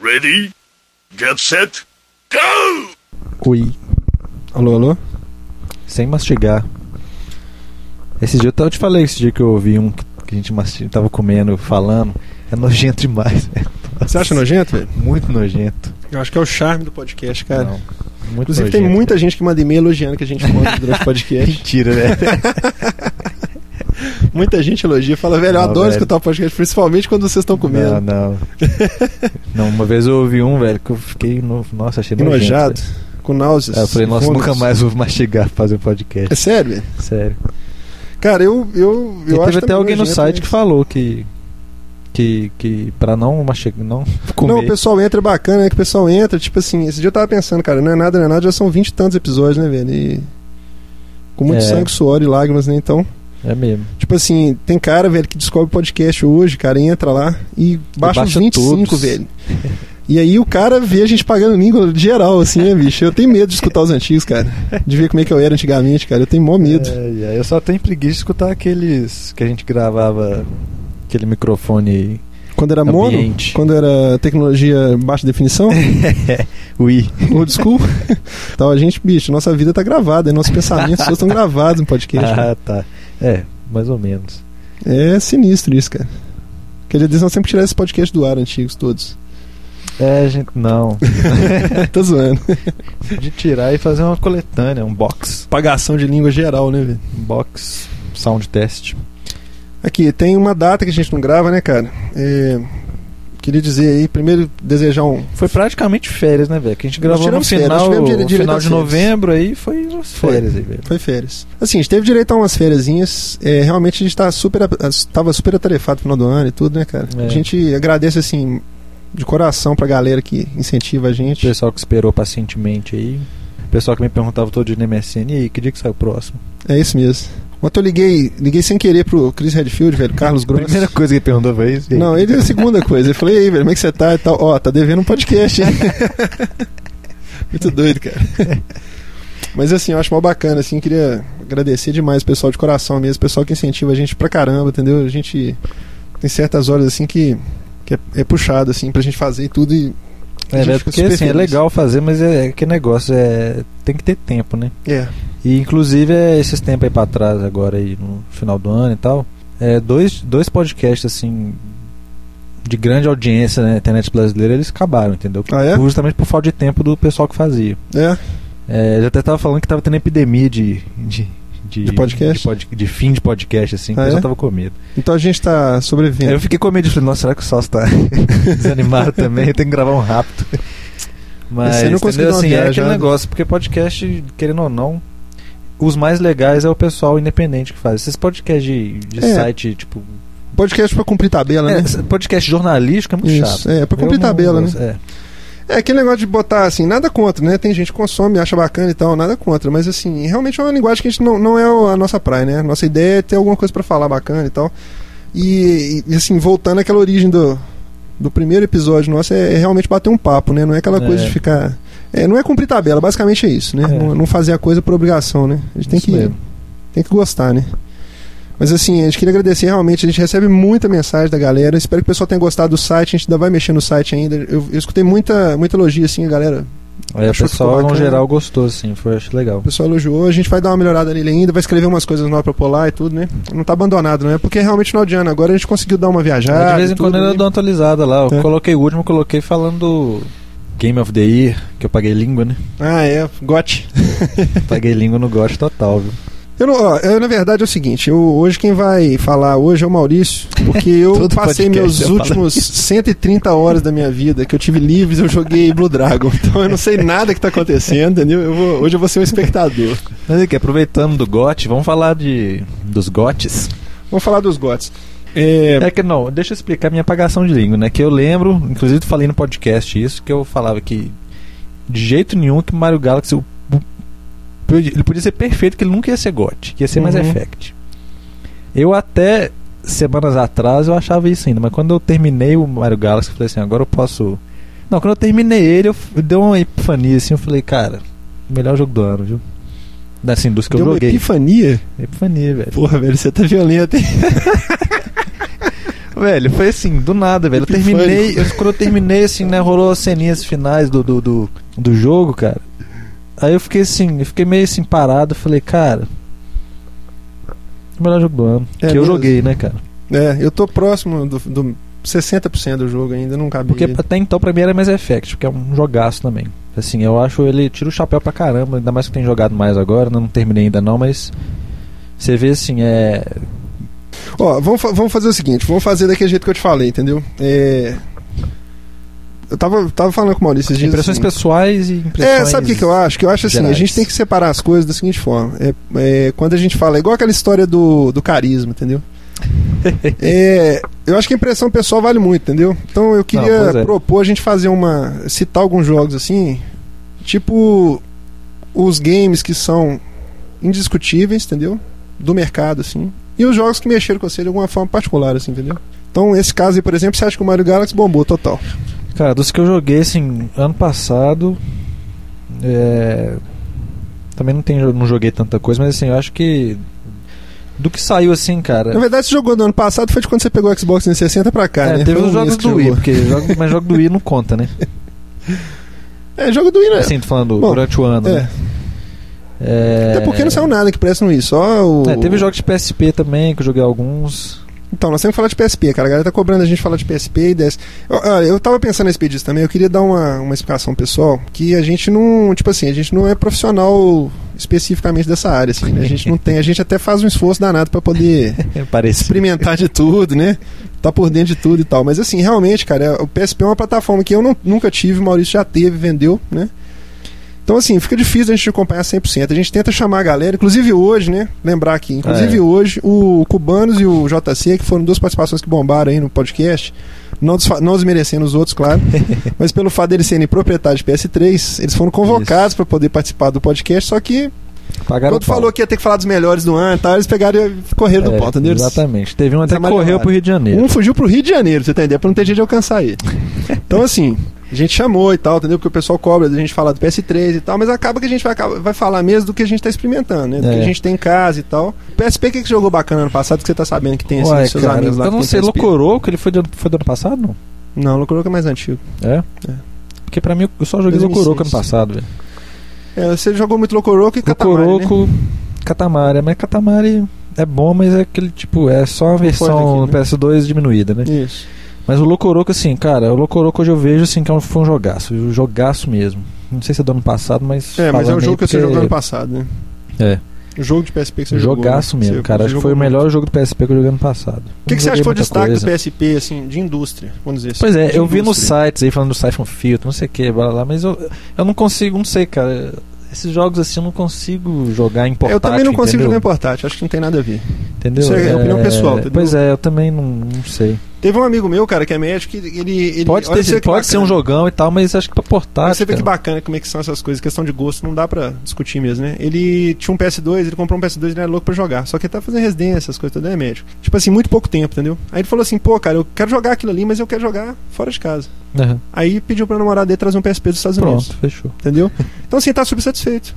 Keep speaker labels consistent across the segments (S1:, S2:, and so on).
S1: Ready? Get set? Go!
S2: Ui. Alô, alô? Sem mastigar. Esse dia eu tava- eu te falei esse dia que eu ouvi um que que a gente mastig... tava comendo, falando. É nojento demais, velho.
S3: Você acha nojento, velho?
S2: Muito nojento.
S3: Eu acho que é o charme do podcast, cara.
S2: Não. Muito
S3: Inclusive,
S2: nojento.
S3: tem muita gente que manda e-mail elogiando que a gente manda durante o podcast.
S2: Mentira, né? velho.
S3: Muita gente elogia, fala, velho, eu
S2: Não,
S3: adoro
S2: velho.
S3: escutar o podcast, principalmente quando vocês estão
S2: Não,
S3: comendo.
S2: não. não, uma vez eu ouvi um, velho, que eu fiquei. No... Nossa, achei nojento.
S3: Enojado,
S2: velho.
S3: com náuseas.
S2: Aí É, eu falei, nossa,
S3: vômitos.
S2: nunca mais vou mastigar pra fazer um
S3: É
S2: podcast.
S3: sério, velho?
S2: Sério.
S3: Cara, eu, eu, eu
S2: e
S3: acho
S2: teve até
S3: também
S2: alguém no
S3: nojento,
S2: site
S3: né?
S2: que falou que. Que, que pra não mastigar, não comer.
S3: Não, o pessoal entra, é bacana, né? Que o pessoal entra, tipo assim, esse dia eu tava pensando, cara, não é nada, não é nada, já são vinte e tantos episódios, né, velho? E... Com muito
S2: É.
S3: sangue, suor e lágrimas, né? Então,
S2: É mesmo.
S3: tipo assim, tem cara, velho, que descobre o podcast hoje, cara, entra lá e baixa,
S2: baixa
S3: os 25,
S2: todos.
S3: velho. E aí o cara vê a gente pagando língua geral, assim, né, bicho? Eu tenho medo de escutar os antigos, cara. De ver como é que eu era antigamente, cara. Eu tenho mó medo.
S2: É, é, eu só tenho preguiça de escutar aqueles que a gente gravava aquele microfone
S3: Quando era mono,
S2: ambiente.
S3: quando era tecnologia baixa definição,
S2: Ui. Ah,
S3: old school. então a gente, bicho, nossa vida tá gravada, nossos pensamentos todos estão gravados no podcast. cara.
S2: Ah, tá. É, mais ou menos.
S3: É sinistro isso, cara. Queria dizer, nós temos que tirar esse podcast do ar, antigos todos.
S2: É, gente, não.
S3: Tô zoando.
S2: De tirar e fazer uma coletânea, um box.
S3: Pagação de língua geral, né, velho?
S2: Um box sound test.
S3: Aqui, tem uma data que a gente não grava, né, cara? É, Queria dizer aí, primeiro, desejar um
S2: Foi praticamente férias, né, velho? Que a gente
S3: Nós
S2: gravou no
S3: tiramos férias,
S2: final,
S3: tivemos dire-
S2: no
S3: direito
S2: final
S3: às
S2: de
S3: férias.
S2: novembro aí, foi umas
S3: Foi.
S2: férias aí, velho.
S3: Foi férias. Assim, a gente teve direito a umas férias. realmente a gente tá super, a- tava super atarefado no final do ano e tudo, né, cara?
S2: É.
S3: A gente agradece, assim, de coração pra galera que incentiva a
S2: O
S3: gente.
S2: pessoal que esperou pacientemente aí. O pessoal que me perguntava todo dia no MSN, e aí, que dia que sai o próximo?
S3: É isso mesmo. Ontem eu liguei, liguei sem querer pro Chris Redfield, velho, Carlos Gross.
S2: Primeira coisa que ele perguntou foi isso. e aí?
S3: Não, ele é a segunda coisa. Eu falei, e aí, velho, como é que você tá e tal? Ó, tá devendo um podcast, hein? Muito doido, cara. Mas assim, eu acho mó bacana, assim, queria agradecer demais o pessoal de coração mesmo, o pessoal que incentiva a gente pra caramba, entendeu? A gente tem certas horas, assim, que, que é, é puxado, assim, pra gente fazer e tudo e... a
S2: É,
S3: gente
S2: velho,
S3: fica
S2: porque
S3: super
S2: assim, é
S3: feliz.
S2: legal fazer, mas é, é que negócio, é tem que ter tempo, né?
S3: É,
S2: E inclusive é esses tempos aí pra trás, agora aí no final do ano e tal, é, dois, dois podcasts assim de grande audiência na internet brasileira, eles acabaram, entendeu?
S3: Ah, é?
S2: Justamente por falta de tempo do pessoal que fazia.
S3: é.
S2: É, eu até tava falando que tava tendo epidemia de. de
S3: De podcast?
S2: De, pod- de fim de podcast, assim, que
S3: Ah,
S2: eu
S3: é?
S2: já tava com medo.
S3: Então a gente tá
S2: Aí
S3: sobrevivendo.
S2: eu fiquei com medo, eu falei, nossa, será que o Salso tá desanimado também? Eu tenho que gravar um rápido. Mas,
S3: Você não conseguiu
S2: entendeu?
S3: dar uma
S2: Assim, é
S3: viajada.
S2: aquele negócio, porque podcast, querendo ou não, os mais legais é o pessoal independente que faz. Esses podcasts de, de
S3: É.
S2: site, tipo...
S3: Podcast pra cumprir tabela,
S2: É,
S3: né?
S2: esse podcast jornalístico é muito
S3: Isso,
S2: chato.
S3: é, pra cumprir
S2: Eu não
S3: tabela, né?
S2: gosto, é.
S3: É, aquele negócio de botar assim, nada contra, né? Tem gente que consome, acha bacana e tal, nada contra. Mas assim, realmente é uma linguagem que a gente não, não é o- a nossa praia, né? Nossa ideia é ter alguma coisa pra falar bacana e tal. E, e, assim, voltando àquela origem do, do primeiro episódio nosso, é, é realmente bater um papo, né? Não é aquela coisa
S2: É.
S3: de ficar. É, não é cumprir tabela, basicamente é isso, né?
S2: É.
S3: Não, não fazer a coisa por obrigação, né? A gente tem
S2: Isso
S3: que,
S2: mesmo.
S3: tem que gostar, né? Mas assim, a gente queria agradecer realmente, a gente recebe muita mensagem da galera. Espero que o pessoal tenha gostado do site, a gente ainda vai mexer no site ainda. Eu, eu escutei muita, muita elogio, assim, a galera.
S2: É,
S3: Achou
S2: o
S3: que ficou
S2: pessoal, no
S3: bacana?
S2: geral, gostou, assim. Foi, acho legal.
S3: O pessoal elogiou, a gente vai dar uma melhorada nele ainda, vai escrever umas coisas novas pra pular e tudo, né? Não tá abandonado, né? Porque realmente final de ano agora a gente conseguiu dar uma viajada.
S2: de vez em
S3: e tudo,
S2: quando eu
S3: né?
S2: dou uma atualizada lá. Eu
S3: É.
S2: coloquei o último, eu coloquei falando do Game of the Year, que eu paguei língua, né?
S3: Ah, é, gote.
S2: paguei língua no gosto total, viu?
S3: Eu, não- ó, eu, na verdade, é o seguinte, eu, hoje quem vai falar hoje é o Maurício, porque eu
S2: Todo
S3: passei
S2: podcast
S3: meus
S2: eu falo
S3: últimos 130 horas da minha vida que eu tive livres, eu joguei Blue Dragon, então eu não sei nada que tá acontecendo, entendeu? Eu vou- hoje eu vou ser um espectador.
S2: Mas aqui, aproveitando do GOT, vamos falar de dos GOTs.
S3: Vamos falar dos gotes. É,
S2: É que não, deixa eu explicar minha apagação de língua, né? Que eu lembro, inclusive eu falei no podcast isso, que eu falava que de jeito nenhum que Mario Galaxy o- o- ele podia ser perfeito, que ele nunca ia ser GOT, que ia ser mais
S3: Uhum.
S2: effect. Eu até semanas atrás eu achava isso ainda, mas quando eu terminei o Mario Galaxy, eu falei assim, agora eu posso. Não, quando eu terminei ele, eu f- eu dei uma epifania assim, eu falei, cara, melhor jogo do ano, viu? Assim, dos que
S3: deu
S2: eu
S3: uma
S2: joguei.
S3: epifania?
S2: Epifania, velho.
S3: Porra, velho, você tá violento, hein?
S2: Velho, foi assim, do nada, velho. Eu
S3: Epifânico.
S2: terminei, eu- quando eu terminei, assim, né, rolou as ceninhas finais do, do, do, do jogo, cara. Aí eu fiquei assim, eu fiquei meio assim parado, falei, cara. O melhor jogo do ano.
S3: É
S2: que eu
S3: mesmo?
S2: joguei, né, cara?
S3: É, eu tô próximo do, do 60% do jogo ainda, não cabe.
S2: Porque até então pra mim era Mass Effect, porque é um jogaço também. Assim, eu acho ele tira o chapéu pra caramba, ainda mais que eu tenho jogado mais agora, né, não terminei ainda não, mas. Você vê assim, é.
S3: Ó, vamos, fa- vamos fazer o seguinte, vamos fazer daquele jeito que eu te falei, entendeu? É... Eu tava, tava falando com o Maurício esses dias.
S2: Impressões
S3: assim,
S2: pessoais e impressões.
S3: É, sabe o que, que eu acho? Que eu acho assim,
S2: gerais.
S3: a gente tem que separar as coisas da seguinte forma. É, é, quando a gente fala, é igual aquela história do, do carisma, entendeu? É, eu acho que a impressão pessoal vale muito, entendeu? Então eu queria
S2: pois é.
S3: propor a gente fazer uma. citar alguns jogos assim, tipo os games que são indiscutíveis, entendeu? Do mercado, assim. E os jogos que mexeram com você de alguma forma particular, assim, entendeu? Então, esse caso aí, por exemplo, você acha que o Mario Galaxy bombou total.
S2: Cara, dos que eu joguei, assim, ano passado. é, Também não, tem, não joguei tanta coisa, mas assim, eu acho que. Do que saiu, assim,
S3: Na
S2: cara.
S3: É verdade, você jogou no ano passado, foi de quando você pegou o Xbox 360 pra cá,
S2: é,
S3: né?
S2: teve
S3: Foi
S2: os
S3: um mês
S2: jogos
S3: que
S2: do
S3: jogou.
S2: Wii, porque jogo, mas jogo do Wii não conta, né?
S3: É, jogo do Wii, né?
S2: Assim, tô falando
S3: Bom,
S2: durante o ano.
S3: é.
S2: Né? É,
S3: Até porque não saiu nada que parece no Wii, só o...
S2: É, teve jogos de PSP também, que eu joguei alguns.
S3: Então, nós temos que falar de PSP, cara. A galera tá cobrando a gente falar de PSP e desse. Eu, olha, eu tava pensando a respeito disso também, eu queria dar uma, uma explicação pessoal, que a gente não, tipo assim, a gente não é profissional especificamente dessa área, assim, né? A gente não tem, a gente até faz um esforço danado pra poder
S2: Parece.
S3: experimentar de tudo, né? Tá por dentro de tudo e tal. Mas assim, realmente, cara, é- o PSP é uma plataforma que eu não- nunca tive, o Maurício já teve, vendeu, né? Então, assim, fica difícil a gente acompanhar 100%. A gente tenta chamar a galera, inclusive hoje, né? Lembrar aqui, inclusive
S2: É.
S3: hoje, o Cubanos e o JC, que foram duas participações que bombaram aí no podcast, não, desfa- não desmerecendo os outros, claro, mas pelo fato deles serem proprietários de PS3, eles foram convocados para poder participar do podcast, só que
S2: Pagaram
S3: quando falou que ia ter que falar dos melhores do ano e tal, eles pegaram e correram do pau, entendeu? Eles-
S2: É, Exatamente. Teve um até que
S3: Trabalhou
S2: correu
S3: lá.
S2: pro Rio de Janeiro.
S3: um fugiu pro Rio de Janeiro, pra você entender? Pra não ter jeito de alcançar ele. Então, assim, a gente chamou e tal, entendeu? Porque o pessoal cobra da gente falar do PS3 e tal, mas acaba que a gente vai, acaba- vai falar mesmo do que a gente tá experimentando, né? Do que
S2: É.
S3: a gente tem em casa e tal. PSP, o que, que você jogou bacana ano passado que você tá sabendo que tem, assim,
S2: Uai,
S3: dos seus
S2: cara,
S3: amigos lá
S2: eu
S3: que
S2: não
S3: tem
S2: sei,
S3: PSP?
S2: Locoroco, ele foi do, foi do ano passado, não?
S3: Não, Locoroco é mais antigo.
S2: É?
S3: É.
S2: Porque pra mim, eu só joguei
S3: 2006.
S2: Locoroco ano passado, velho.
S3: É, você jogou muito Locoroco e Catamari, né?
S2: Locoroco, Catamari. Mas Catamari é bom, mas é aquele tipo, é só a versão
S3: aqui, né?
S2: PS2 diminuída, né?
S3: Isso.
S2: Mas o Locoroco, assim, cara, o Locoroco hoje eu vejo, assim, que é um- foi um jogaço. Um jogaço mesmo. Não sei se é do ano passado, mas...
S3: É, mas é
S2: falando
S3: o
S2: aí
S3: jogo que você
S2: porque
S3: jogou ano passado, né?
S2: É.
S3: O jogo de PSP que você jogou.
S2: Jogaço
S3: né?
S2: mesmo,
S3: Você-
S2: cara.
S3: você
S2: Acho que
S3: jogou
S2: foi o
S3: muito.
S2: melhor jogo do PSP que eu joguei ano passado.
S3: O que, que você acha que foi o destaque
S2: do
S3: do PSP, assim, de indústria, vamos dizer assim?
S2: Pois é,
S3: de
S2: eu vi nos
S3: indústria?
S2: sites aí falando do Siphon Filter, não sei o que, blá blá, blá, mas eu, eu não consigo, não sei, cara. Esses jogos assim eu não consigo jogar em portátil,
S3: Eu também não consigo
S2: entendeu?
S3: jogar em portátil, acho que não tem nada a ver.
S2: Entendeu?
S3: Isso é opinião pessoal, entendeu?
S2: Pois é, eu também não, não sei.
S3: Teve um amigo meu, cara, que é médico, ele. ele
S2: Pode,
S3: olha
S2: ter,
S3: você
S2: sido-
S3: que
S2: pode ser um
S3: bacana.
S2: jogão e tal, mas acho que pra
S3: Olha
S2: portátil.
S3: Você vê que
S2: cara.
S3: bacana como é que são essas coisas, questão de gosto, não dá pra discutir mesmo, né? Ele tinha um PS2, ele comprou um PS2, ele era louco pra jogar. Só que ele tá fazendo residência, essas coisas, tudo é médico. Tipo assim, muito pouco tempo, entendeu? Aí ele falou assim, pô, cara, eu quero jogar aquilo ali, mas eu quero jogar fora de casa.
S2: Aham.
S3: Aí pediu pra namorada dele trazer um PSP dos Estados Unidos,
S2: Pronto, fechou.
S3: entendeu? Então assim, tá subsatisfeito.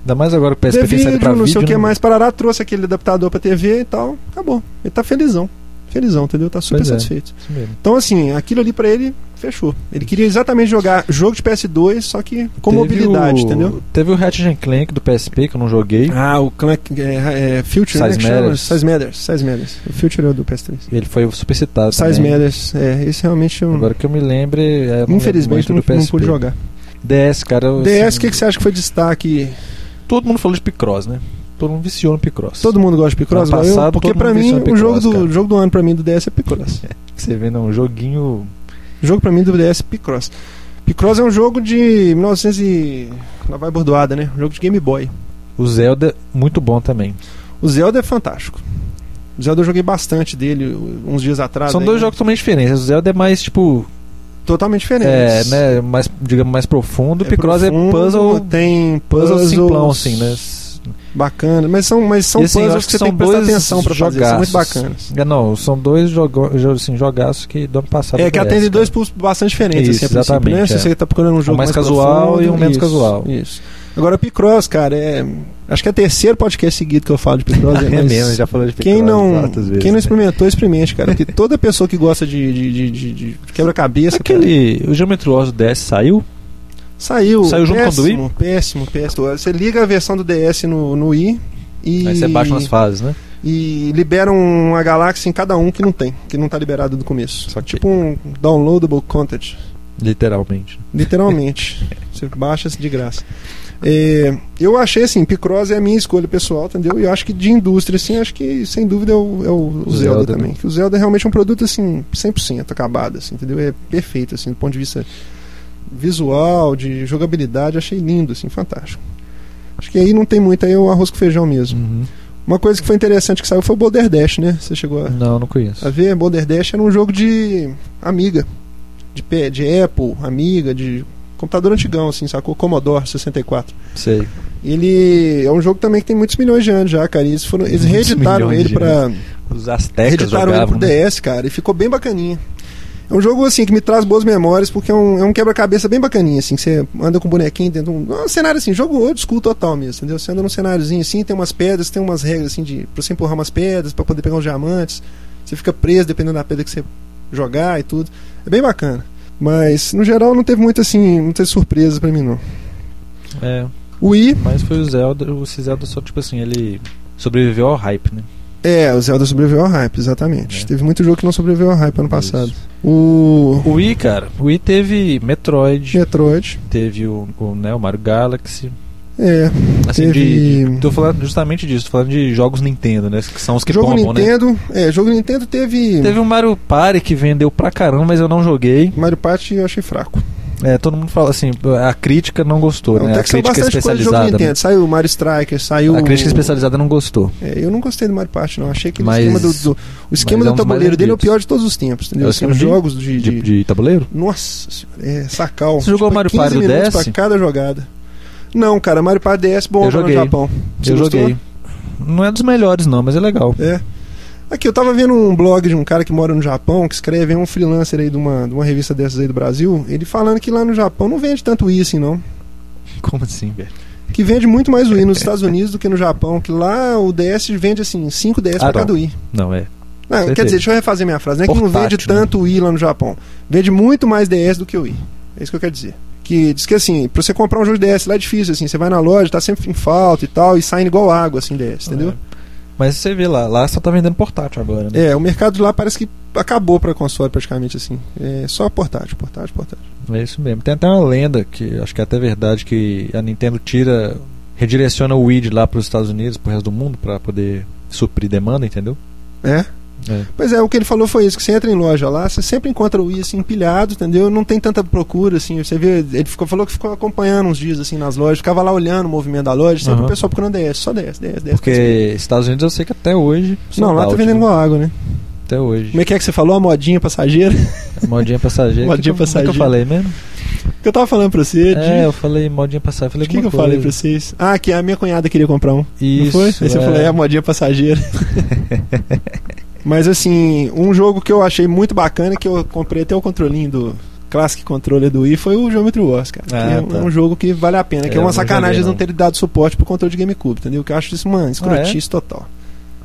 S2: Ainda mais agora que o PSP
S3: TV,
S2: tem saído pra
S3: não
S2: vídeo.
S3: sei o que
S2: né?
S3: mais, parará, trouxe aquele adaptador pra TV e tal, acabou. Ele tá felizão. Felizão, entendeu? Tá super
S2: Pois é.
S3: satisfeito.
S2: Isso mesmo.
S3: Então, assim, aquilo ali pra ele, fechou. Ele queria exatamente jogar jogo de PS2, só que com
S2: Teve
S3: mobilidade,
S2: o-
S3: entendeu?
S2: Teve o Ratchet and Clank do PSP que eu não joguei.
S3: Ah, o Clank, é, é, Future,
S2: Size
S3: que chama?
S2: Matters.
S3: Size Matters. Size Matters. O Future é o do PS3.
S2: Ele foi super citado.
S3: Size
S2: também.
S3: Matters, é, esse realmente é um...
S2: Agora que eu me lembre, é, eu não
S3: Infelizmente
S2: lembro
S3: não,
S2: muito do
S3: não
S2: PSP.
S3: pude jogar.
S2: DS, cara. eu,
S3: DS,
S2: assim,
S3: o que, que você acha que foi destaque?
S2: Todo mundo falou de Picross, né? Todo mundo viciou no Picross.
S3: Todo mundo gosta de Picross? igual
S2: Ano
S3: eu?
S2: passado,
S3: Porque
S2: todo
S3: pra
S2: mundo
S3: mim,
S2: pensou em
S3: o jogo
S2: Picross,
S3: do,
S2: cara.
S3: jogo do ano pra mim do DS é Picross.
S2: Você vê, não, um joguinho.
S3: Jogo pra mim do DS Picross. Picross é um jogo de 1900 e... Lá vai bordoada, né? Um jogo de Game Boy.
S2: O Zelda, é muito bom também.
S3: O Zelda é fantástico. O Zelda eu joguei bastante dele uns dias atrás.
S2: São
S3: aí,
S2: dois
S3: né?
S2: jogos totalmente diferentes. O Zelda é mais, tipo.
S3: totalmente
S2: É,
S3: diferentes.
S2: né? Mais, digamos, mais profundo.
S3: É
S2: o Picross
S3: profundo,
S2: é puzzle.
S3: Tem
S2: Puzzle
S3: puzzles
S2: simplão, assim, né?
S3: Bacana. Mas são, mas são
S2: E, assim, eu
S3: puzzles
S2: acho
S3: que
S2: que
S3: você tem que
S2: são
S3: prestar
S2: dois
S3: atenção pra fazer. São muito
S2: jogaços.
S3: bacanas.
S2: É, não, são dois jogo, jo- assim, jogaços que do ano passado. né?
S3: É que
S2: do DS,
S3: atende
S2: cara.
S3: dois públicos bastante diferentes, assim,
S2: Isso,
S3: a princípio,
S2: exatamente,
S3: né? Se
S2: é.
S3: você tá procurando um jogo
S2: mais
S3: mais
S2: casual
S3: profundo,
S2: e um menos
S3: isso,
S2: casual.
S3: Isso. Agora, Picross, cara, é Acho que é o terceiro podcast seguido que eu falo de Peak Brother.
S2: é
S3: mas
S2: mesmo, já falou de
S3: quem
S2: Petróleo
S3: não,
S2: altas vezes,
S3: quem não
S2: né?
S3: experimentou, experimente, cara. Porque toda pessoa que gosta de, de- de- de- de quebra-cabeça. cara,
S2: Aquele. O Geometry Wars do DS saiu?
S3: Saiu.
S2: Saiu junto com o do
S3: péssimo, Péssimo, péssimo. Você liga a versão do DS no, no i e.
S2: Aí você baixa umas fases, né?
S3: E libera uma galáxia em cada um que não tem, que não tá liberado do começo.
S2: Só que-
S3: Tipo um downloadable content.
S2: Literalmente.
S3: Literalmente. você baixa assim de graça. É, eu achei assim, Picross é a minha escolha pessoal, entendeu? E eu acho que de indústria, assim, acho que sem dúvida é o, é o- o
S2: Zelda,
S3: Zelda,
S2: né?
S3: também. Que o Zelda é realmente um produto assim, 100% acabado, assim, entendeu? É perfeito, assim, do ponto de vista visual, de jogabilidade, achei lindo, assim, fantástico. Acho que aí não tem muito, aí é o arroz com feijão mesmo. Uma coisa que foi interessante que saiu foi o Boulder Dash, né? Você chegou a,
S2: Não, não conheço.
S3: a ver, Boulder Dash era um jogo de Amiga. De, pé- de Apple, Amiga, de computador antigão, assim, sacou? Commodore 64.
S2: Sei.
S3: Ele é um jogo também que tem muitos milhões de anos já, cara. E eles, foram, eles
S2: Muitos
S3: reeditaram
S2: milhões
S3: ele
S2: de
S3: pra.
S2: Os astecas
S3: Reeditaram É, ele
S2: jogavam.
S3: pro
S2: né?
S3: DS, cara, e ficou bem bacaninha. É um jogo, assim, que me traz boas memórias, porque é um, é um quebra-cabeça bem bacaninha, assim, que você anda com um bonequinho dentro de um, é um cenário, assim, jogo old school total mesmo, entendeu? Você anda num cenáriozinho, assim, tem umas pedras, tem umas regras, assim, de pra você empurrar umas pedras, pra poder pegar uns diamantes, você fica preso dependendo da pedra que você jogar e tudo. É bem bacana. Mas, no geral, não teve muito, assim, muitas surpresas pra mim, não.
S2: É,
S3: O Wii,
S2: mas foi o Zelda. O Zelda só, tipo assim, ele sobreviveu ao hype, né?
S3: é, o Zelda sobreviveu ao hype, exatamente.
S2: É.
S3: Teve muito jogo que não sobreviveu ao hype ano passado.
S2: Isso.
S3: O
S2: O Wii, cara. O Wii teve Metroid,
S3: Metroid,
S2: teve o, o, né, o Mario Galaxy.
S3: é,
S2: Assim,
S3: Teve-
S2: de, tô falando justamente disso, tô falando de jogos Nintendo, né? Que são os que
S3: jogo
S2: bombam, né?
S3: Nintendo, é, jogo Nintendo teve,
S2: Teve um Mario Party que vendeu pra caramba, mas eu não joguei.
S3: Mario Party eu achei fraco.
S2: É, todo mundo fala assim, a crítica não gostou,
S3: Não,
S2: né?
S3: até
S2: A
S3: que saiu
S2: crítica
S3: bastante coisa de jogo
S2: especializada.
S3: Nintendo.
S2: né?
S3: Saiu o Mario Striker, saiu.
S2: A crítica especializada não gostou.
S3: É, eu não gostei do Mario Party, não. Achei que
S2: Mas-
S3: esquema do, do- o esquema
S2: mas é
S3: do
S2: um dos mais
S3: tabuleiro dele é o
S2: vendidos.
S3: pior de todos os tempos, entendeu?
S2: É o
S3: Assim,
S2: esquema
S3: os
S2: de-
S3: jogos de.
S2: De,
S3: de-
S2: de tabuleiro?
S3: Nossa senhora, é sacal.
S2: Você jogou Mario
S3: 15
S2: Party do
S3: minutos
S2: DS?
S3: pra cada jogada. Não, cara, Mario Party DS bom
S2: Eu
S3: no
S2: joguei.
S3: Japão. Você
S2: eu
S3: gostou?
S2: joguei. Não é dos melhores, não, mas é legal.
S3: É. Aqui, eu tava vendo um blog de um cara que mora no Japão, que escreve, é um freelancer aí de uma, de uma revista dessas aí do Brasil, ele falando que lá no Japão não vende tanto Wii assim, não.
S2: Como assim, velho?
S3: Que vende muito mais Wii nos Estados Unidos do que no Japão, que lá o DS vende assim, 5 DS pra
S2: Ah, não.
S3: cada Wii.
S2: Não, é.
S3: Não,
S2: Certeza.
S3: quer dizer, deixa eu refazer minha frase, não é que não
S2: Portátil, né?
S3: vende tanto Wii lá no Japão, vende muito mais DS do que o Wii. É isso que eu quero dizer. Que diz que assim, pra você comprar um jogo de DS lá é difícil, assim, você vai na loja, tá sempre em falta e tal, e saindo igual água, assim, DS, entendeu?
S2: É. Mas você vê lá, lá só tá vendendo portátil agora, né?
S3: É, o mercado lá parece que acabou pra console praticamente assim. É só portátil, portátil, portátil.
S2: É isso mesmo. Tem até uma lenda, que acho que é até verdade, que a Nintendo tira. redireciona o Wii de lá pros Estados Unidos, pro resto do mundo, pra poder suprir demanda, entendeu?
S3: É?
S2: É.
S3: Pois é, o que ele falou foi isso, que você entra em loja lá, você sempre encontra o Wii assim, empilhado, entendeu? Não tem tanta procura, assim, você vê, ele ficou, falou que ficou acompanhando uns dias assim nas lojas, ficava lá olhando o movimento da loja, sempre
S2: Aham.
S3: o pessoal procurando DS, só DS, DS, DS.
S2: Porque Estados Unidos eu sei que até hoje.
S3: É Não,
S2: sold
S3: lá tá
S2: out,
S3: vendendo
S2: né?
S3: igual água, né?
S2: Até hoje. É
S3: Como é que é que você falou? A modinha passageira?
S2: Modinha passageira.
S3: Modinha
S2: que, que eu- como é
S3: passageira.
S2: que eu falei mesmo?
S3: que eu tava falando pra você, de...
S2: É, eu falei modinha passageira. Falei
S3: O que, que eu
S2: alguma
S3: falei pra
S2: coisa.
S3: vocês? Ah, que a minha cunhada queria comprar um.
S2: Isso.
S3: não foi? Aí você
S2: é.
S3: falou, é a modinha passageira. Mas assim, um jogo que eu achei muito bacana, que eu comprei até o controlinho do Classic Controller do Wii, foi o Geometry Wars, cara. que
S2: Ah,
S3: é, um-
S2: tá.
S3: é um jogo que vale a pena, que
S2: É,
S3: é
S2: eu não
S3: uma sacanagem
S2: joguei,
S3: eles não
S2: não.
S3: terem dado suporte pro controle de GameCube, entendeu? Que eu acho isso, mano, escrotice total.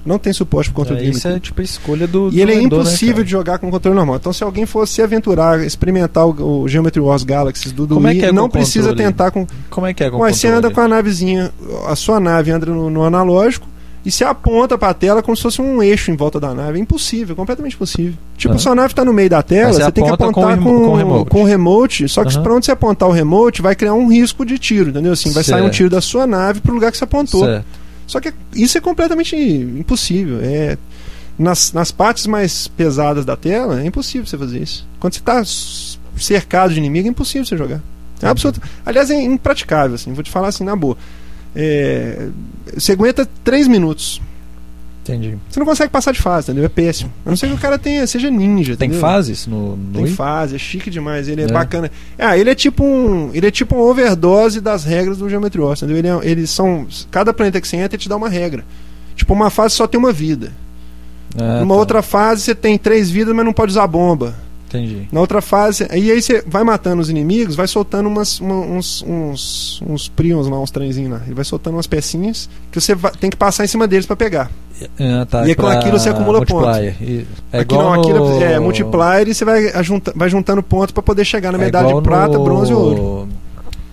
S3: Não tem suporte pro controle
S2: É,
S3: de
S2: isso
S3: GameCube.
S2: é tipo a escolha do.
S3: E
S2: do
S3: ele é
S2: vendedor, né,
S3: impossível
S2: cara?
S3: de jogar com controle normal. Então, se alguém fosse se aventurar, experimentar o, o Geometry Wars Galaxies do, do
S2: Como é
S3: Wii,
S2: que é com
S3: não
S2: o
S3: precisa
S2: controle?
S3: tentar com
S2: Como é que é com o
S3: mas você anda
S2: controle?
S3: com a navezinha, a sua nave anda no, no analógico e se aponta pra tela como se fosse um eixo em volta da nave. É impossível, completamente impossível. Tipo,
S2: Aham.
S3: sua nave tá no meio da tela,
S2: Aí
S3: você,
S2: você
S3: tem que
S2: aponta com o
S3: apontar com,
S2: remo- com o remote.
S3: com o remote. Só que
S2: Aham.
S3: pra onde você apontar o remote, vai criar um risco de tiro, entendeu? Assim, vai sair um
S2: Certo.
S3: tiro da sua nave pro lugar que você apontou.
S2: Certo.
S3: Só que isso é completamente impossível. É nas, nas partes mais pesadas da tela é impossível você fazer isso. Quando você está cercado de inimigo é impossível você jogar. É absoluto. Aliás, é impraticável. Assim, vou te falar assim na boa. É, você aguenta 3 minutos.
S2: Entendi.
S3: Você não consegue passar de fase, entendeu? É péssimo. A não ser que o cara tenha, seja ninja.
S2: Tem
S3: entendeu?
S2: fases no, no
S3: Tem
S2: Wii?
S3: fase, é chique demais, ele é,
S2: É.
S3: bacana. Ah, ele é tipo um. Ele é tipo um overdose das regras do Geometry Wars, entendeu? Ele é- eles são. Cada planeta que você entra ele te dá uma regra. Tipo, uma fase só tem uma vida.
S2: Ah,
S3: Numa
S2: tá.
S3: outra fase você tem três vidas, mas não pode usar bomba.
S2: Entendi.
S3: Na outra fase, e aí você vai matando os inimigos, vai soltando umas, uma- uns, uns, uns prions lá, uns trenzinhos lá. Ele vai soltando umas pecinhas que você va- tem que passar em cima deles pra pegar.
S2: Ah, tá,
S3: E aí com
S2: pra
S3: aquilo você acumula ponto.
S2: multiplier. E- É
S3: aqui
S2: igual
S3: não, aqui
S2: no-
S3: é multiplier e você vai, ajunta- vai juntando ponto pra poder chegar na
S2: é
S3: medalha
S2: igual
S3: de prata,
S2: no-
S3: bronze e ouro.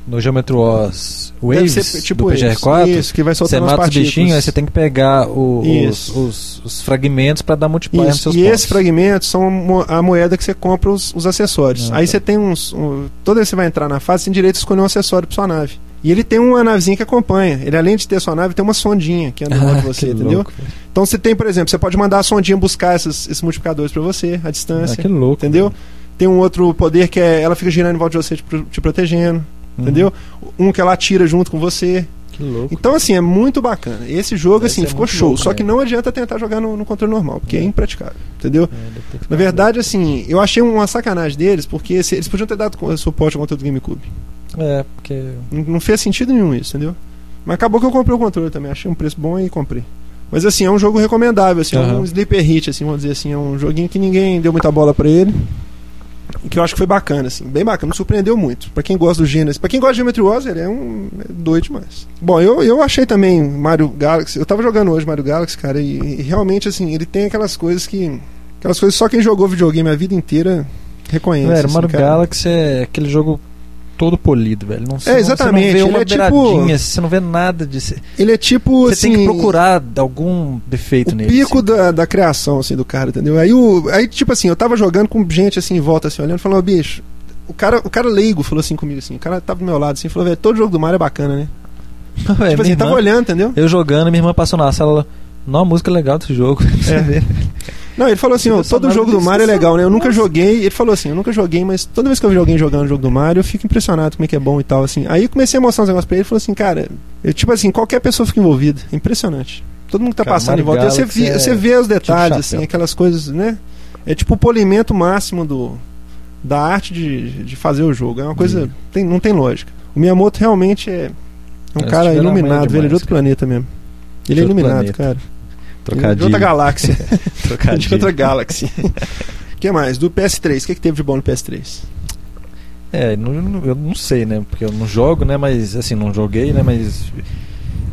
S2: No Geometry Wars
S3: Deve
S2: Waves,
S3: ser tipo
S2: do
S3: isso.
S2: PGR4,
S3: Isso, que vai
S2: você
S3: soltando umas
S2: mata os
S3: partículas.
S2: bichinhos, aí você tem que pegar o- os,
S3: Isso.
S2: os- os fragmentos pra dar multiplier nos
S3: Isso,
S2: seus
S3: e
S2: pontos.
S3: esses fragmentos são mo- a moeda que você compra os, os acessórios.
S2: Ah,
S3: Aí
S2: tá.
S3: você tem uns. um- toda vez que você vai entrar na fase, você tem direito a escolher um acessório pra sua nave. E ele tem uma navezinha que acompanha. Ele, além de ter sua nave, tem uma sondinha que anda em volta de
S2: Ah,
S3: você,
S2: que
S3: entendeu?
S2: louco.
S3: Então você tem, por exemplo, você pode mandar a sondinha buscar essas- esses multiplicadores pra você, à
S2: Ah,
S3: distância.
S2: que louco.
S3: assim, entendeu? Tem um outro poder que é ela fica girando em volta de você te, pro- te protegendo,
S2: Uhum.
S3: entendeu? Um que ela atira junto com você.
S2: Que louco.
S3: Então, assim, é muito bacana. Esse jogo,
S2: Deve
S3: assim,
S2: ser
S3: ficou
S2: muito
S3: show.
S2: louco,
S3: só que
S2: né?
S3: não adianta tentar jogar no, no controle normal, porque é,
S2: É.
S3: impraticável, entendeu?
S2: É, deve ter
S3: Então, Na
S2: ficado
S3: verdade, assim, eu achei uma sacanagem deles, porque se- eles podiam ter dado co- suporte ao controle do GameCube.
S2: louco. É, porque.
S3: Não, não fez sentido nenhum isso, entendeu? Mas acabou que eu comprei o controle também, achei um preço bom e comprei. Mas assim, é um jogo recomendável, assim, é
S2: Aham.
S3: um sleeper hit, assim, vamos dizer assim, é um joguinho que ninguém deu muita bola pra ele. e Que eu acho que foi bacana, assim, bem bacana, me surpreendeu muito. Pra quem gosta do gênero, pra quem gosta de Geometry Wars, ele é um é doido demais. Bom, eu, eu achei também Mario Galaxy, eu tava jogando hoje Mario Galaxy, cara, e, e realmente, assim, ele tem aquelas coisas que. Aquelas coisas que só quem jogou videogame a vida inteira reconhece.
S2: Velho,
S3: assim,
S2: Mario
S3: cara. É,
S2: Galaxy é aquele jogo todo polido, velho. Não, você não-
S3: exatamente,
S2: Você não vê
S3: ele
S2: uma
S3: é tipo-
S2: beiradinha, você não vê nada disso.
S3: Ele é tipo.
S2: Você
S3: assim,
S2: tem que procurar algum defeito
S3: o
S2: nele.
S3: pico
S2: assim.
S3: da, da criação, assim, do cara, entendeu? Aí, o, aí, tipo assim, eu tava jogando com gente, assim, em volta, assim, olhando, falando, "Ô, bicho, o cara, o cara leigo falou assim comigo, assim, o cara tava do meu lado, assim, falou, velho, todo jogo do Mario é bacana, né?
S2: Velho,
S3: tipo assim,
S2: minha
S3: eu tava
S2: irmã-
S3: olhando, entendeu?
S2: Eu jogando, minha irmã passou na sala. ela, Nó, música legal desse jogo.
S3: É. Não, ele falou assim, ó,
S2: Trilha
S3: todo
S2: sonora
S3: jogo do
S2: desse
S3: Mario é
S2: pessoal,
S3: legal, né? Eu nunca
S2: nossa.
S3: joguei, ele falou assim, eu nunca joguei, mas toda vez que eu vi alguém jogando o jogo do Mario, eu fico impressionado como é que é bom e tal, assim. Aí eu comecei a mostrar uns negócios pra ele, ele falou assim, cara, eu, tipo assim, qualquer pessoa fica envolvida, é impressionante. Todo mundo que tá
S2: Cara,
S3: passando em
S2: Mario
S3: volta, aí você,
S2: Galaxy
S3: vi-
S2: é
S3: você vê os detalhes,
S2: chapéu.
S3: assim, aquelas coisas, né? É tipo o polimento máximo do, da arte de, de fazer o jogo, é uma coisa,
S2: Sim.
S3: tem- não tem lógica. O Miyamoto realmente é, é um
S2: Esse
S3: cara
S2: cara é
S3: iluminado,
S2: demais,
S3: ele é de outro
S2: cara.
S3: planeta mesmo. Ele é
S2: De outro
S3: iluminado,
S2: planeta.
S3: cara. Ele é de
S2: Trocadilho.
S3: outra galáxia. De outra
S2: Trocadilho.
S3: Galaxy. O que mais? Do PS3, o que, que teve de bom no PS3?
S2: É, não- não- eu não sei, né? Porque eu não jogo, né? Mas, assim, não joguei, né? Mas.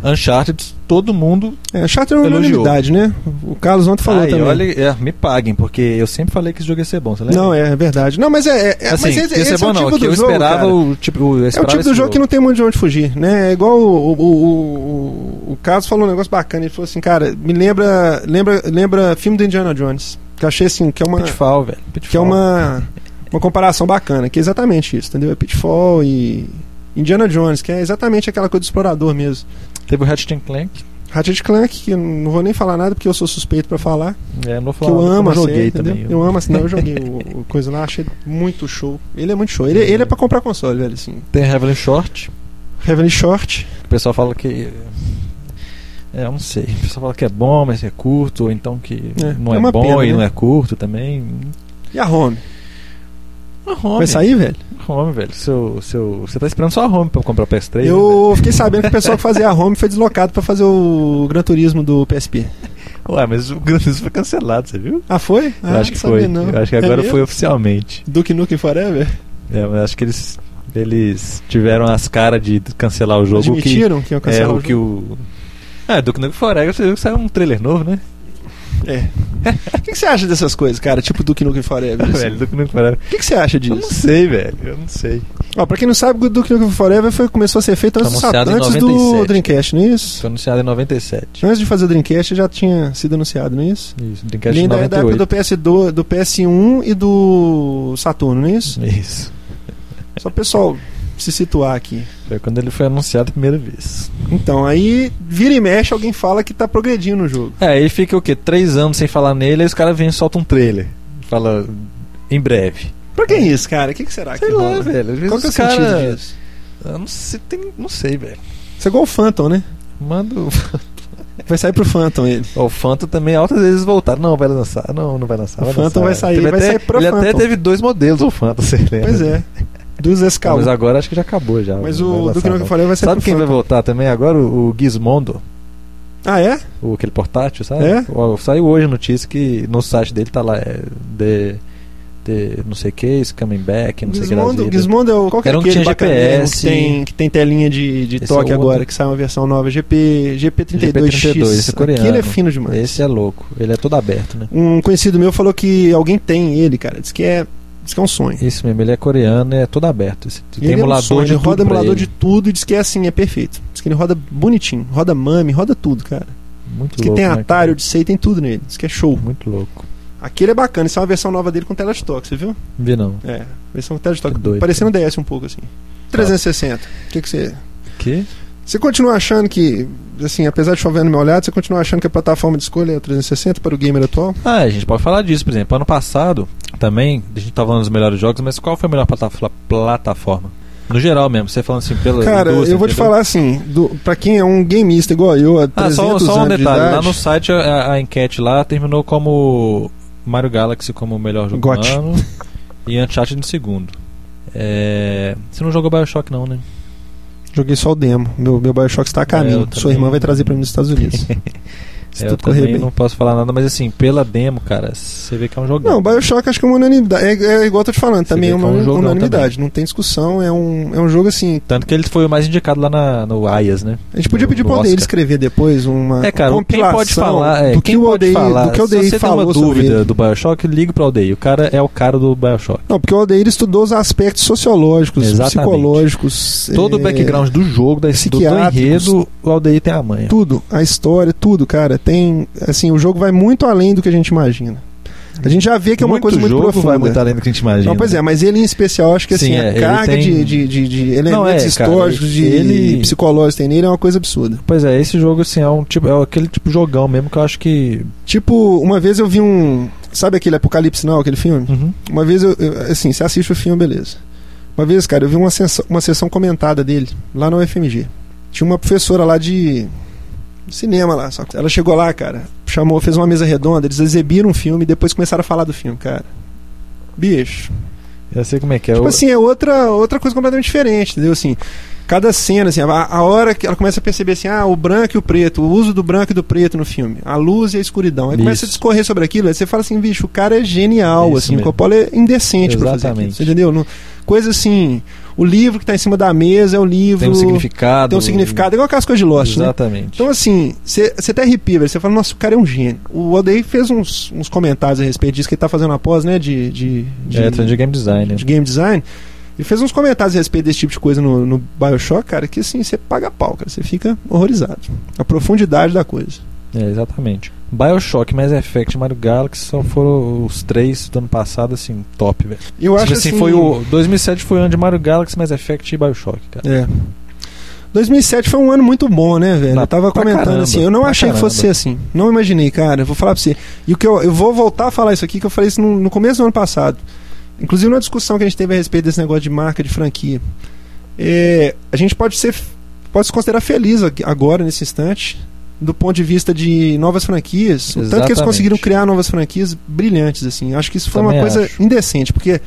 S2: Uncharted, todo mundo.
S3: É, Charter é uma
S2: Elogiou.
S3: unanimidade, né? O Carlos ontem falou
S2: Ai,
S3: também.
S2: olha, é, me paguem, porque eu sempre falei que esse jogo ia ser bom, você lembra?
S3: Não, é, é verdade. Não, mas é. é- é-
S2: Assim,
S3: mas esse,
S2: ia
S3: esse
S2: ser bom
S3: é o
S2: não,
S3: tipo
S2: é que
S3: do
S2: eu
S3: jogo.
S2: esperava
S3: cara.
S2: o tipo. eu
S3: É o
S2: esperava
S3: tipo do
S2: esse
S3: jogo, que não tem muito de onde fugir, né? É igual o, o, o, o- o Carlos falou um negócio bacana. Ele falou assim, cara, me lembra, lembra, lembra filme do Indiana Jones. Que eu achei assim, que é uma.
S2: Pitfall, velho. Pitfall.
S3: Que é uma, uma comparação bacana, que é exatamente isso, entendeu? É Pitfall e. Indiana Jones, que é exatamente aquela coisa do explorador mesmo.
S2: Teve o Ratchet and Clank.
S3: Ratchet Clank, que eu não vou nem falar nada porque eu sou suspeito pra falar.
S2: É, não vou
S3: Que
S2: falar
S3: eu
S2: nada,
S3: amo
S2: eu
S3: a série,
S2: joguei
S3: entendeu?
S2: também.
S3: Eu amo, assim, não, eu joguei o, o coisa lá, achei muito show. Ele é muito show. Ele,
S2: Uhum.
S3: ele é pra comprar console, velho, assim.
S2: Tem Heavenly Short.
S3: Heavenly Short.
S2: O pessoal fala que. É, eu não sei. O pessoal fala que é bom, mas é curto, ou então que
S3: É,
S2: não
S3: é
S2: é,
S3: uma
S2: bom
S3: pena,
S2: e
S3: né?
S2: não é curto também.
S3: E a Home?
S2: Uma home,
S3: Vai sair, velho?
S2: home, velho. Seu, seu, você tá esperando só a home pra comprar o PS3?
S3: Eu fiquei sabendo que o pessoal que fazia a Home foi deslocado pra fazer o Gran Turismo do PSP.
S2: né? Ué, mas o Gran Turismo foi cancelado, você viu?
S3: Ah, foi?
S2: eu
S3: Ah,
S2: acho que
S3: sabia
S2: foi.
S3: não.
S2: Eu acho que
S3: É
S2: agora
S3: mesmo?
S2: foi oficialmente.
S3: Duke Nukem Forever?
S2: É, mas acho que eles, eles tiveram as caras de cancelar o jogo. o que
S3: Admitiram que, iam
S2: É,
S3: cancelar
S2: o que
S3: jogo?
S2: o. Ah, do Nukem Forever, você viu que saiu um trailer novo, né?
S3: É. O que, que você acha dessas coisas, cara? Tipo Duke Nukem Forever. assim.
S2: velho, do Nukem Forever.
S3: O que, que você acha
S2: Eu não
S3: disso?
S2: sei, velho. Eu não sei.
S3: Ó, pra quem não sabe, o Duke Nukem Forever foi, começou a ser feito antes, do Sat-
S2: Tá Anunciado em
S3: antes do
S2: 97.
S3: Dreamcast, não é isso?
S2: Foi anunciado em 97.
S3: Antes de fazer o Dreamcast já tinha sido anunciado, não é isso?
S2: Isso,
S3: Ele
S2: Dreamcast em
S3: ainda é da época
S2: 98.
S3: do, PS2, do PS1 e do Saturno, não é isso?
S2: Isso.
S3: Só pro pessoal se situar aqui.
S2: Foi quando ele foi anunciado a primeira vez.
S3: Então, aí vira e mexe, alguém fala que tá progredindo no jogo.
S2: É, aí fica o quê? Três anos sem falar nele, aí os caras vêm e soltam um trailer. Fala em breve.
S3: Pra que isso, cara? O que, que será
S2: Sei
S3: que
S2: lá,
S3: rola?
S2: velho. Às vezes
S3: Qual que é o
S2: os cara-
S3: sentido disso?
S2: Eu não sei, tem- não sei, velho.
S3: Isso é igual o Phantom, né?
S2: Manda o.
S3: Vai sair pro Phantom ele.
S2: Ó, O Phantom também, altas vezes voltaram. Não, vai lançar. Não, não vai lançar.
S3: O
S2: vai
S3: Phantom
S2: lançar.
S3: vai sair,
S2: Teve
S3: vai
S2: até-
S3: sair pro
S2: Ele até
S3: Phantom.
S2: teve dois modelos, o Phantom, você lembra?
S3: Pois é. Dos
S2: Não, Mas
S3: SKU.
S2: agora acho que já acabou já.
S3: Mas
S2: Não vai
S3: é o
S2: lançar,
S3: Duke Nukem
S2: não.
S3: Forever vai sair
S2: Sabe
S3: pro
S2: quem vai
S3: Phantom.
S2: voltar também agora? O, o Gizmondo,
S3: Ah, é?
S2: o, aquele portátil, sabe?
S3: É?
S2: Ó, Saiu hoje a notícia que no site dele tá lá, é The ter não sei o que, Scumback, não sei o que. das
S3: Gizmondo,
S2: vidas.
S3: Gizmondo é o qualquer
S2: Era um que
S3: aquele
S2: tinha
S3: bacaninho
S2: GPS.
S3: que tem, que tem telinha de, de
S2: Esse
S3: toque
S2: é o
S3: agora,
S2: outro.
S3: que saiu uma versão nova, GP, GP32X.
S2: GP32, esse é coreano.
S3: Aquele é fino demais.
S2: Esse é louco. Ele é todo aberto, né?
S3: Um conhecido meu falou que alguém tem ele, cara. Diz que é, diz que é um sonho.
S2: Isso mesmo, ele é coreano e é todo aberto. Esse, tem
S3: Ele é um
S2: emulador
S3: sonho,
S2: de
S3: ele
S2: tudo
S3: roda
S2: pra
S3: emulador
S2: ele.
S3: de tudo e diz que é assim, é perfeito. Diz que ele roda bonitinho, roda mame, roda tudo, cara.
S2: Muito
S3: Diz que
S2: louco.
S3: tem
S2: né,
S3: Atari, Odyssey, tem tudo nele. Diz que é show.
S2: cara? Muito louco.
S3: Aquele é bacana, isso é uma versão nova dele com tela de toque, você viu?
S2: Não vi não.
S3: É, versão com tela de toque.
S2: Que doido,
S3: parecendo DS um pouco assim. 360. O que que você
S2: Que?
S3: Você continua achando que, assim, apesar de chover no meu olhado, você continua achando que a plataforma de escolha é o 360 para o gamer atual?
S2: Ah, a gente pode falar disso, por exemplo. Ano passado, também, a gente tava falando dos melhores jogos, mas qual foi a melhor plata- fla- plataforma? No geral mesmo, você falando assim pela.
S3: Cara,
S2: indústria,
S3: eu vou te
S2: entendeu?
S3: falar assim, do, pra quem é um gameista igual eu, há
S2: Ah,
S3: 300
S2: só, só um
S3: anos de
S2: detalhe. Lá
S3: idade,
S2: no site a, a enquete lá terminou como Mario Galaxy como o melhor jogo
S3: Got.
S2: do ano e Uncharted no segundo. É, Você não jogou Bioshock não, né?
S3: joguei só o demo. Meu, meu Bioshock está a
S2: É,
S3: caminho.
S2: eu
S3: Sua irmã
S2: também.
S3: vai trazer pra mim nos Estados Unidos. Se
S2: É, eu
S3: tudo correr
S2: também
S3: bem.
S2: não posso falar nada, mas assim, pela demo, cara, você vê que é um jogão.
S3: Não, Bioshock acho que é uma unanimidade. É, é igual eu tô te falando,
S2: Você
S3: também é
S2: vê que
S3: uma
S2: é um jogão
S3: unanimidade. Não tem discussão, é um, é um jogo assim.
S2: Tanto que ele foi o mais indicado lá na, no Ayas, né?
S3: A gente podia
S2: No-
S3: pedir
S2: no
S3: pra Odeir
S2: Oscar.
S3: escrever depois uma
S2: É, cara, quem
S3: compilação
S2: pode falar, é,
S3: do, que
S2: quem
S3: o
S2: pode
S3: Odeir,
S2: falar,
S3: do que o
S2: se
S3: Odeir
S2: você
S3: falou
S2: tem uma
S3: sobre ele.
S2: dúvida do Bioshock, liga pra Odeir. O cara é o cara do Bioshock.
S3: Não, porque o Aldeir estudou os aspectos sociológicos,
S2: Exatamente.
S3: psicológicos.
S2: Todo o
S3: eh,
S2: background do jogo, da, do, do
S3: psiquiátricos.
S2: enredo, o Aldeir tem a manha.
S3: Tudo, a história, tudo, cara. Tem. Assim, o jogo vai muito além do que a gente imagina. A gente já vê que é uma
S2: muito
S3: coisa muito
S2: jogo
S3: profunda.
S2: vai muito além do que a gente imagina.
S3: Não, pois é, mas ele em especial, acho que assim,
S2: Sim, é,
S3: a
S2: ele
S3: carga
S2: tem-
S3: de, de, de, de elementos
S2: Não, é, cara,
S3: históricos, de
S2: ele-
S3: psicológicos tem nele é uma coisa absurda.
S2: Pois é, esse jogo assim é um tipo, é aquele tipo de jogão mesmo que eu acho que
S3: Tipo, uma vez eu vi um. Sabe aquele Apocalipse Now, aquele filme?
S2: uhum.
S3: Uma vez eu, eu- assim, você assiste o filme, beleza. Uma vez, cara, eu vi uma sessão, uma sessão comentada dele lá na UFMG. Tinha uma professora lá de de cinema lá, só que ela chegou lá, cara, chamou, fez uma mesa redonda, eles exibiram um filme e depois começaram a falar do filme, cara. Bicho.
S2: eu sei como é que é.
S3: Tipo
S2: eu-
S3: assim, é outra, outra coisa completamente diferente, entendeu? Assim, cada cena, assim, a, a hora que ela começa a perceber assim, ah, o branco e o preto, o uso do branco e do preto no filme, a luz e a escuridão. Aí começa
S2: Isso.
S3: a discorrer sobre aquilo, aí você fala assim, bicho, o cara é genial,
S2: Isso
S3: assim,
S2: mesmo.
S3: o Coppola é indecente pra fazer aquilo,
S2: Exatamente.
S3: você entendeu? Não- coisa assim, o livro que tá em cima da mesa é o livro...
S2: tem um significado.
S3: tem um significado, é igual aquelas coisas de Lost, né?
S2: Exatamente.
S3: Então, assim, você até arrepia, velho. Você fala, nossa, o cara é um gênio. O Odeir fez uns, uns comentários a respeito disso, que ele tá fazendo após, né? De, de, de,
S2: é, trend game design. né?
S3: de game design. E fez uns comentários a respeito desse tipo de coisa no, no Bioshock, cara, que assim, você paga pau, cara. Você fica horrorizado. A profundidade da coisa.
S2: É, exatamente. BioShock, Mass Effect, Mario Galaxy só foram os três do ano passado assim, top, velho.
S3: Eu acho
S2: Tipo
S3: assim,
S2: assim, foi o 2007 foi o ano de Mario Galaxy, Mass Effect e BioShock, cara.
S3: É. 2007 foi um ano muito bom, né, velho?
S2: Pra-
S3: eu tava
S2: pra
S3: comentando
S2: caramba,
S3: assim, eu não
S2: pra
S3: achei que fosse ser assim.
S2: caramba.
S3: Não imaginei, cara. eu Vou falar pra você. E o que eu, eu vou voltar a falar isso aqui, que eu falei isso no, no começo do ano passado. Inclusive numa discussão que a gente teve a respeito desse negócio de marca, de franquia. É, a gente pode ser. Pode se considerar feliz ag- agora, nesse instante, do ponto de vista de novas franquias. O tanto que eles
S2: Exatamente.
S3: conseguiram criar novas franquias brilhantes, assim. Acho que isso foi uma
S2: Também
S3: coisa
S2: acho.
S3: indecente, porque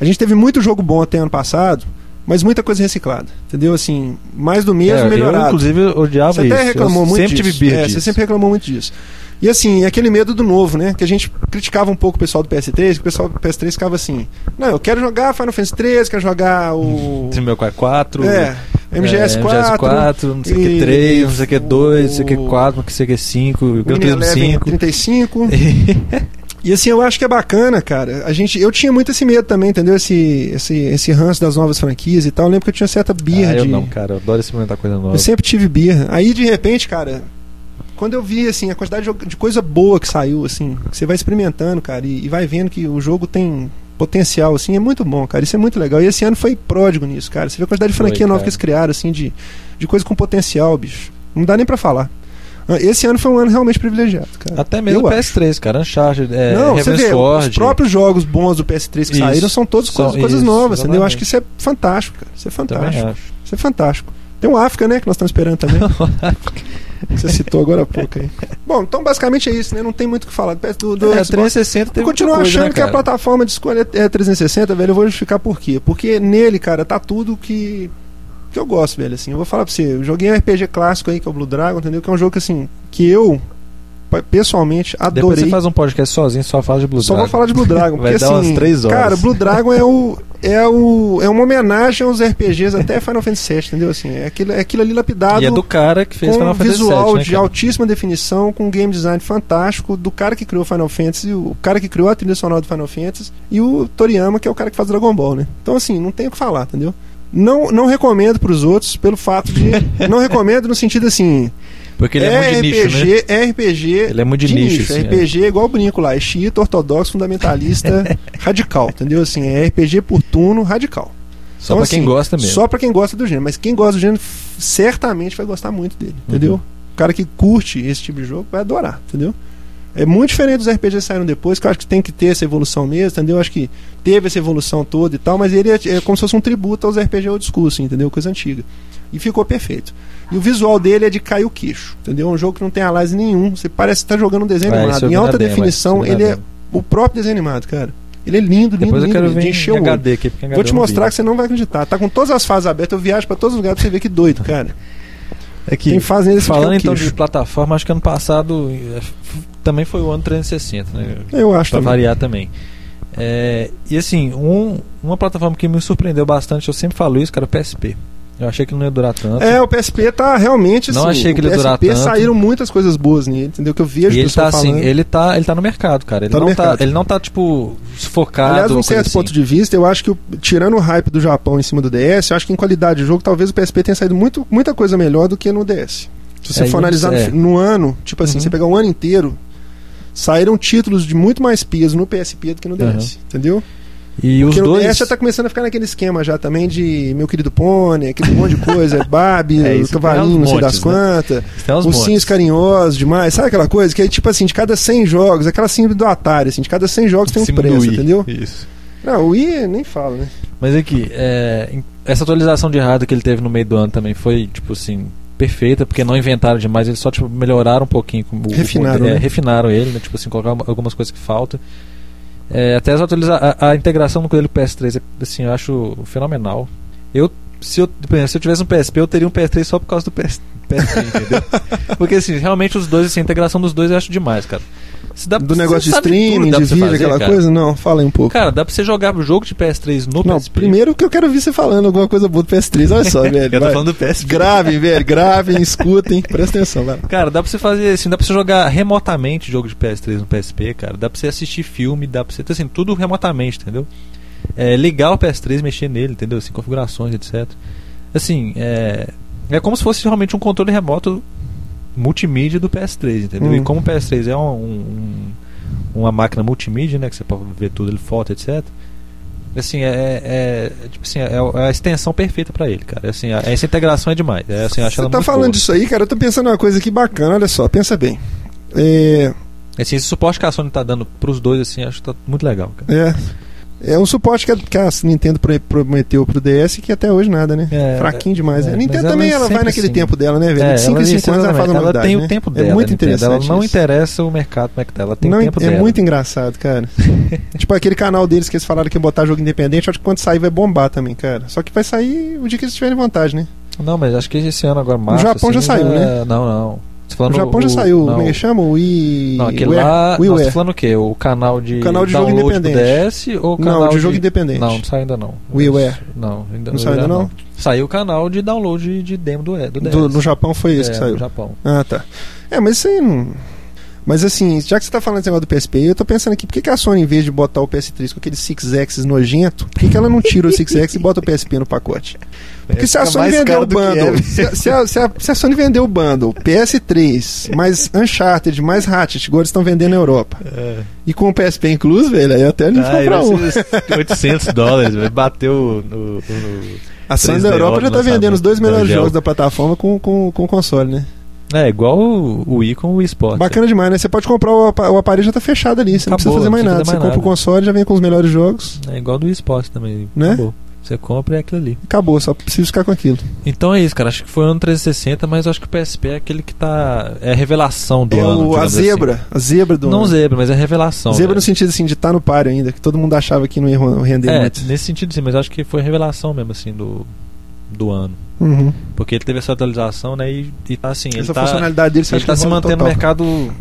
S3: a gente teve muito jogo bom até ano passado, mas muita coisa reciclada. Entendeu? Assim, mais do
S2: É,
S3: mesmo
S2: eu,
S3: melhorado.
S2: inclusive odiava
S3: você até
S2: isso.
S3: reclamou
S2: eu
S3: muito
S2: sempre
S3: disso.
S2: tive birra
S3: É,
S2: disso.
S3: você sempre reclamou muito disso. E assim, aquele medo do novo, né? Que a gente criticava um pouco o pessoal do PS3, que o pessoal do PS3 ficava assim: Não, eu quero jogar Final Fantasy 3, quero jogar o.
S2: Street Meu 4,
S3: É, MGS4.
S2: não sei o que,
S3: e
S2: 3, não sei o que, 2, não sei o que,
S3: o-
S2: 4, não sei o que, 5, Gran
S3: Winning
S2: Turismo Ah,
S3: Eleven
S2: 5.
S3: 35. E assim, eu acho que é bacana, cara. A gente, eu tinha muito esse medo também, entendeu? Esse, esse, esse ranço das novas franquias e tal. Eu lembro que eu tinha certa birra
S2: ah, eu
S3: de.
S2: não, cara, eu adoro experimentar coisa nova.
S3: Eu sempre tive birra. Aí, de repente, cara, quando eu vi, assim, a quantidade de jo- de coisa boa que saiu, assim, que você vai experimentando, cara, e, e vai vendo que o jogo tem potencial, assim, é muito bom, cara. Isso é muito legal. E esse ano foi pródigo nisso, cara. Você vê a quantidade de
S2: Foi,
S3: franquia nova
S2: cara.
S3: que eles criaram, assim, de, de coisa com potencial, bicho. Não dá nem pra falar. Ah, Esse ano foi um ano realmente privilegiado, cara.
S2: Até mesmo
S3: eu
S2: o PS3, cara, Uncharted, é,
S3: não, você
S2: Heaven's
S3: vê,
S2: Sword.
S3: os próprios jogos bons do PS3 que
S2: Isso.
S3: saíram são todas
S2: São-
S3: coisas, coisas
S2: isso,
S3: novas, entendeu? Eu acho
S2: exatamente.
S3: que isso é fantástico, cara. Isso é
S2: Também
S3: fantástico.
S2: acho.
S3: Isso é fantástico. Tem um África, né, que nós estamos esperando também. Você citou agora há pouco aí. Bom, então basicamente é isso, né? Não tem muito o que falar. Do, do
S2: é,
S3: Xbox.
S2: 360
S3: Eu
S2: teve
S3: continuo
S2: muita coisa,
S3: achando
S2: né,
S3: que é a
S2: cara?
S3: plataforma de escolha é 360, velho. Eu vou justificar por quê. Porque nele, cara, tá tudo que. que eu gosto, velho. Assim, eu vou falar pra você. Eu joguei um RPG clássico aí, que é o Blue Dragon, entendeu? Que é um jogo que, assim. que eu. pessoalmente,
S2: Depois
S3: adorei.
S2: você faz um podcast sozinho, só fala de Blue
S3: Só vou
S2: Dragon.
S3: falar de Blue Dragon,
S2: Vai
S3: porque
S2: dar
S3: assim,
S2: umas três horas.
S3: cara, Blue Dragon é o é o é uma homenagem aos RPGs até Final Fantasy VII, entendeu assim? É aquilo, é aquilo ali lapidado
S2: E é do cara que fez
S3: com
S2: Final
S3: um
S2: Fantasy VII,
S3: visual
S2: né,
S3: de
S2: cara?
S3: altíssima definição, com um game design fantástico, do cara que criou Final Fantasy, o cara que criou a trilha sonora do Final Fantasy, e o Toriyama, que é o cara que faz Dragon Ball, né? Então, assim, não tem o que falar, entendeu? Não, não recomendo pros outros, pelo fato de. não recomendo no sentido assim.
S2: Porque ele é, muito de
S3: RPG,
S2: nicho, né?
S3: RPG.
S2: Ele é muito de nicho, assim,
S3: RPG é igual o brinco lá. É xiita, ortodoxo, fundamentalista, radical, entendeu? Assim, é RPG por turno, radical.
S2: Só
S3: Então,
S2: pra quem
S3: assim,
S2: gosta mesmo.
S3: Só pra quem gosta do gênero. Mas quem gosta do gênero f- certamente vai gostar muito dele, entendeu?
S2: Uhum.
S3: O cara que curte esse tipo de jogo vai adorar, entendeu? É muito diferente dos RPGs que saíram depois, que eu acho que tem que ter essa evolução mesmo, entendeu? Eu acho que teve essa evolução toda e tal, mas ele é, é como se fosse um tributo aos RPG old school, assim, entendeu? Coisa antiga. E ficou perfeito. E o visual dele é de cair o queixo, entendeu? É um jogo que não tem análise nenhum. Você parece estar jogando um desenho
S2: Ah, isso eu
S3: animado. Em
S2: vi na
S3: alta
S2: demo,
S3: definição,
S2: isso eu vi
S3: ele
S2: na
S3: é
S2: demo.
S3: o próprio desenho animado, cara. Ele é lindo, lindo,
S2: Depois eu
S3: lindo,
S2: quero
S3: lindo,
S2: ver
S3: de
S2: em
S3: encher o olho.
S2: HD aqui, porque em HD
S3: Vou te
S2: eu não vi.
S3: mostrar que você não vai acreditar. Tá com todas as fases abertas, eu viajo pra todos os lugares pra você ver que doido, cara.
S2: É que,
S3: Tem fase nesse
S2: falando então de
S3: queixo.
S2: plataforma, acho que ano passado eh, f- também foi o ano 360, né?
S3: Eu acho
S2: Pra
S3: É, também.
S2: variar também. É, e assim, um- uma plataforma que me surpreendeu bastante, eu sempre falo isso, cara, é o PSP. Eu achei que não ia durar tanto.
S3: É, o PSP tá realmente assim.
S2: Não achei que ele
S3: o
S2: ia durar
S3: PSP
S2: tanto.
S3: saíram muitas coisas boas nele, entendeu? Que eu vejo
S2: e ele tá
S3: pessoas
S2: assim,
S3: falando.
S2: ele tá, ele tá no mercado, cara. Ele,
S3: Tá no
S2: não, tá,
S3: mercado.
S2: ele não tá, tipo, sufocado.
S3: Aliás,
S2: ou
S3: num
S2: coisa
S3: certo
S2: assim.
S3: ponto de vista, eu acho que, o- tirando o hype do Japão em cima do DS, eu acho que em qualidade de jogo, talvez o PSP tenha saído muito, muita coisa melhor do que no DS. Se você
S2: É,
S3: for
S2: e-
S3: analisar no
S2: é.
S3: fi- no ano, tipo assim,
S2: Uhum.
S3: você pegar um ano inteiro, saíram títulos de muito mais peso no PSP do que no DS, entendeu?
S2: E os
S3: Porque no
S2: dois.
S3: DS já tá começando a ficar naquele esquema já também de meu querido pônei, aquele monte de coisa, Barbie,
S2: É, isso tem
S3: cavalinho,
S2: uns
S3: não sei
S2: montes,
S3: das
S2: né?
S3: quantas,
S2: tem uns montes.
S3: ursinhos carinhosos demais, sabe aquela coisa? Que é tipo assim, de cada 100 jogos, aquela síndrome do Atari, assim, de cada 100 jogos tem um
S2: Símbolo
S3: preço,
S2: I.
S3: entendeu?
S2: Isso.
S3: Não, o I nem fala, né?
S2: Mas aqui, é, em- essa atualização de rádio que ele teve no meio do ano também foi, tipo assim, perfeita, porque não inventaram demais, eles só tipo, melhoraram um pouquinho. com o-
S3: Refinaram,
S2: o- é,
S3: né?
S2: refinaram ele, né? Tipo assim, colocaram algumas coisas que faltam. É, até as atualiza a, a integração no controle do PS3, é, assim, eu acho fenomenal. Eu, se eu, por exemplo, se eu tivesse um PSP, eu teria um PS3 só por causa do PS, PS3, entendeu? Porque, assim, realmente os dois, assim, a integração dos dois eu acho demais, cara. Se dá-
S3: Do
S2: você
S3: negócio de
S2: sabe tudo,
S3: streaming,
S2: dá
S3: de
S2: pra você
S3: vídeo,
S2: fazer,
S3: aquela
S2: cara.
S3: coisa, não, fala aí um pouco.
S2: Cara, um dá pra você jogar o jogo de PS3 no
S3: não,
S2: PSP.
S3: primeiro que eu quero ouvir você falando alguma coisa boa do PS3, olha só, velho.
S2: Eu tô
S3: vai.
S2: falando do PSP.
S3: Gravem, velho, gravem, escutem, presta atenção, vai.
S2: Cara, dá pra você fazer assim, dá pra você jogar remotamente jogo de PS3 no PSP, cara. Dá pra você assistir filme, dá pra você. então, Assim, tudo remotamente, entendeu? É ligar o PS3, mexer nele, entendeu? Assim, configurações, etc. Assim, é. É como se fosse realmente um controle remoto multimídia do PS3, entendeu?
S3: Hum.
S2: E como o PS3 é um, um- uma máquina multimídia, né? Que você pode ver tudo, ele foto, etc. Assim, é, é, é, tipo assim, é a- é a extensão perfeita pra ele, cara. Assim, a- essa integração é demais. É, assim, eu acho
S3: Você
S2: ela
S3: tá
S2: muito
S3: falando
S2: boa.
S3: disso aí, cara, eu tô pensando uma coisa aqui bacana, olha só, pensa bem. É,
S2: Assim, esse suporte que a Sony tá dando pros dois, assim, acho que tá muito legal, cara.
S3: é, é um suporte que a, que a Nintendo pro- prometeu pro DS que até hoje nada, né?
S2: É,
S3: Fraquinho demais. né?
S2: é,
S3: A
S2: mas
S3: Nintendo
S2: ela
S3: também
S2: é
S3: ela vai
S2: sempre
S3: naquele
S2: assim.
S3: tempo dela, né, velho?
S2: É,
S3: De 5 em 5 anos ela faz
S2: exatamente,
S3: uma novidade,
S2: ela tem
S3: né?
S2: o tempo
S3: É
S2: dela.
S3: muito
S2: entendeu?
S3: interessante.
S2: Ela não
S3: isso.
S2: interessa o mercado, como é que tá. Ela tem
S3: Não,
S2: o
S3: é
S2: tempo dela.
S3: muito engraçado, cara. tipo, aquele canal deles que eles falaram que ia botar jogo independente, eu acho que quando sair vai bombar também, cara. Só que vai sair o dia que eles tiverem vantagem, né?
S2: Não, mas acho que esse ano agora, março.
S3: Japão já saiu,
S2: né? Não, não. Você
S3: O
S2: falando
S3: Japão já
S2: o-
S3: saiu,
S2: não,
S3: como é que chama? O I...
S2: Não, aquele
S3: Where?
S2: lá.
S3: WiiWare.
S2: Nós tá falando o quê? O canal de.
S3: O canal de jogo
S2: download do
S3: independente.
S2: DS ou o canal.
S3: Não, de jogo independente.
S2: Não, não saiu ainda não.
S3: WiiWare.
S2: Não, ainda
S3: Não saiu ainda não?
S2: Saiu o canal de download de demo do, do DS.
S3: Do- no Japão foi
S2: é,
S3: esse que saiu.
S2: No Japão.
S3: Ah, tá. É, mas isso aí não. Mas assim, já que você tá falando desse negócio do PSP, eu tô pensando aqui, por que, que a Sony, em vez de botar o PS3 com aquele Six Axis nojento, por que, que ela não tira o Six Axis e bota o PSP no pacote? Porque se a
S2: É, Fica
S3: Sony
S2: mais
S3: vender
S2: caro
S3: o
S2: do que é,
S3: bundle.
S2: velho.
S3: se, a- se a, se a- se a Sony vender o bundle PS3, mais Uncharted, mais Ratchet, igual eles estão vendendo na Europa.
S2: É.
S3: E com o PSP incluso, velho, aí até ele
S2: Ah,
S3: foi
S2: e
S3: pra
S2: vai
S3: um.
S2: ser 800 dólares, velho. bateu no, no- no-
S3: A Sony da
S2: 3DO
S3: Europa já tá
S2: do
S3: vendendo os dois
S2: lançamento,
S3: melhores
S2: da Geo.
S3: jogos da plataforma com, com, com o console, né?
S2: É, igual o o Wii com o Wii Sports.
S3: Bacana demais, né? Você pode comprar o, apa- o aparelho já tá fechado ali, você não precisa
S2: Acabou,
S3: fazer
S2: não
S3: mais
S2: precisa
S3: nada.
S2: fazer
S3: Você compra
S2: mais
S3: o
S2: nada.
S3: console, já vem com os melhores jogos,
S2: É igual do Wii Sports também.
S3: Né?
S2: Acabou. Você compra e é aquilo ali.
S3: acabou, só precisa ficar com aquilo.
S2: Então é isso, cara. Acho que foi o ano 360, mas eu acho que o PSP é aquele que tá. É a revelação do
S3: é
S2: ano.
S3: o, a
S2: digamos assim.
S3: zebra, a zebra do
S2: Não
S3: ano.
S2: zebra, mas é a revelação.
S3: Zebra
S2: né?
S3: no sentido assim de estar no páreo ainda, que todo mundo achava que não ia ro- render
S2: É,
S3: muito.
S2: nesse sentido sim, mas eu acho que foi a revelação mesmo, assim, do, do ano.
S3: Uhum.
S2: Porque ele teve essa atualização, né? E, e tá assim, ele
S3: Essa
S2: tá,
S3: funcionalidade dele você
S2: ele
S3: acha
S2: tá
S3: que
S2: se
S3: rola
S2: mantendo no
S3: total.
S2: mercado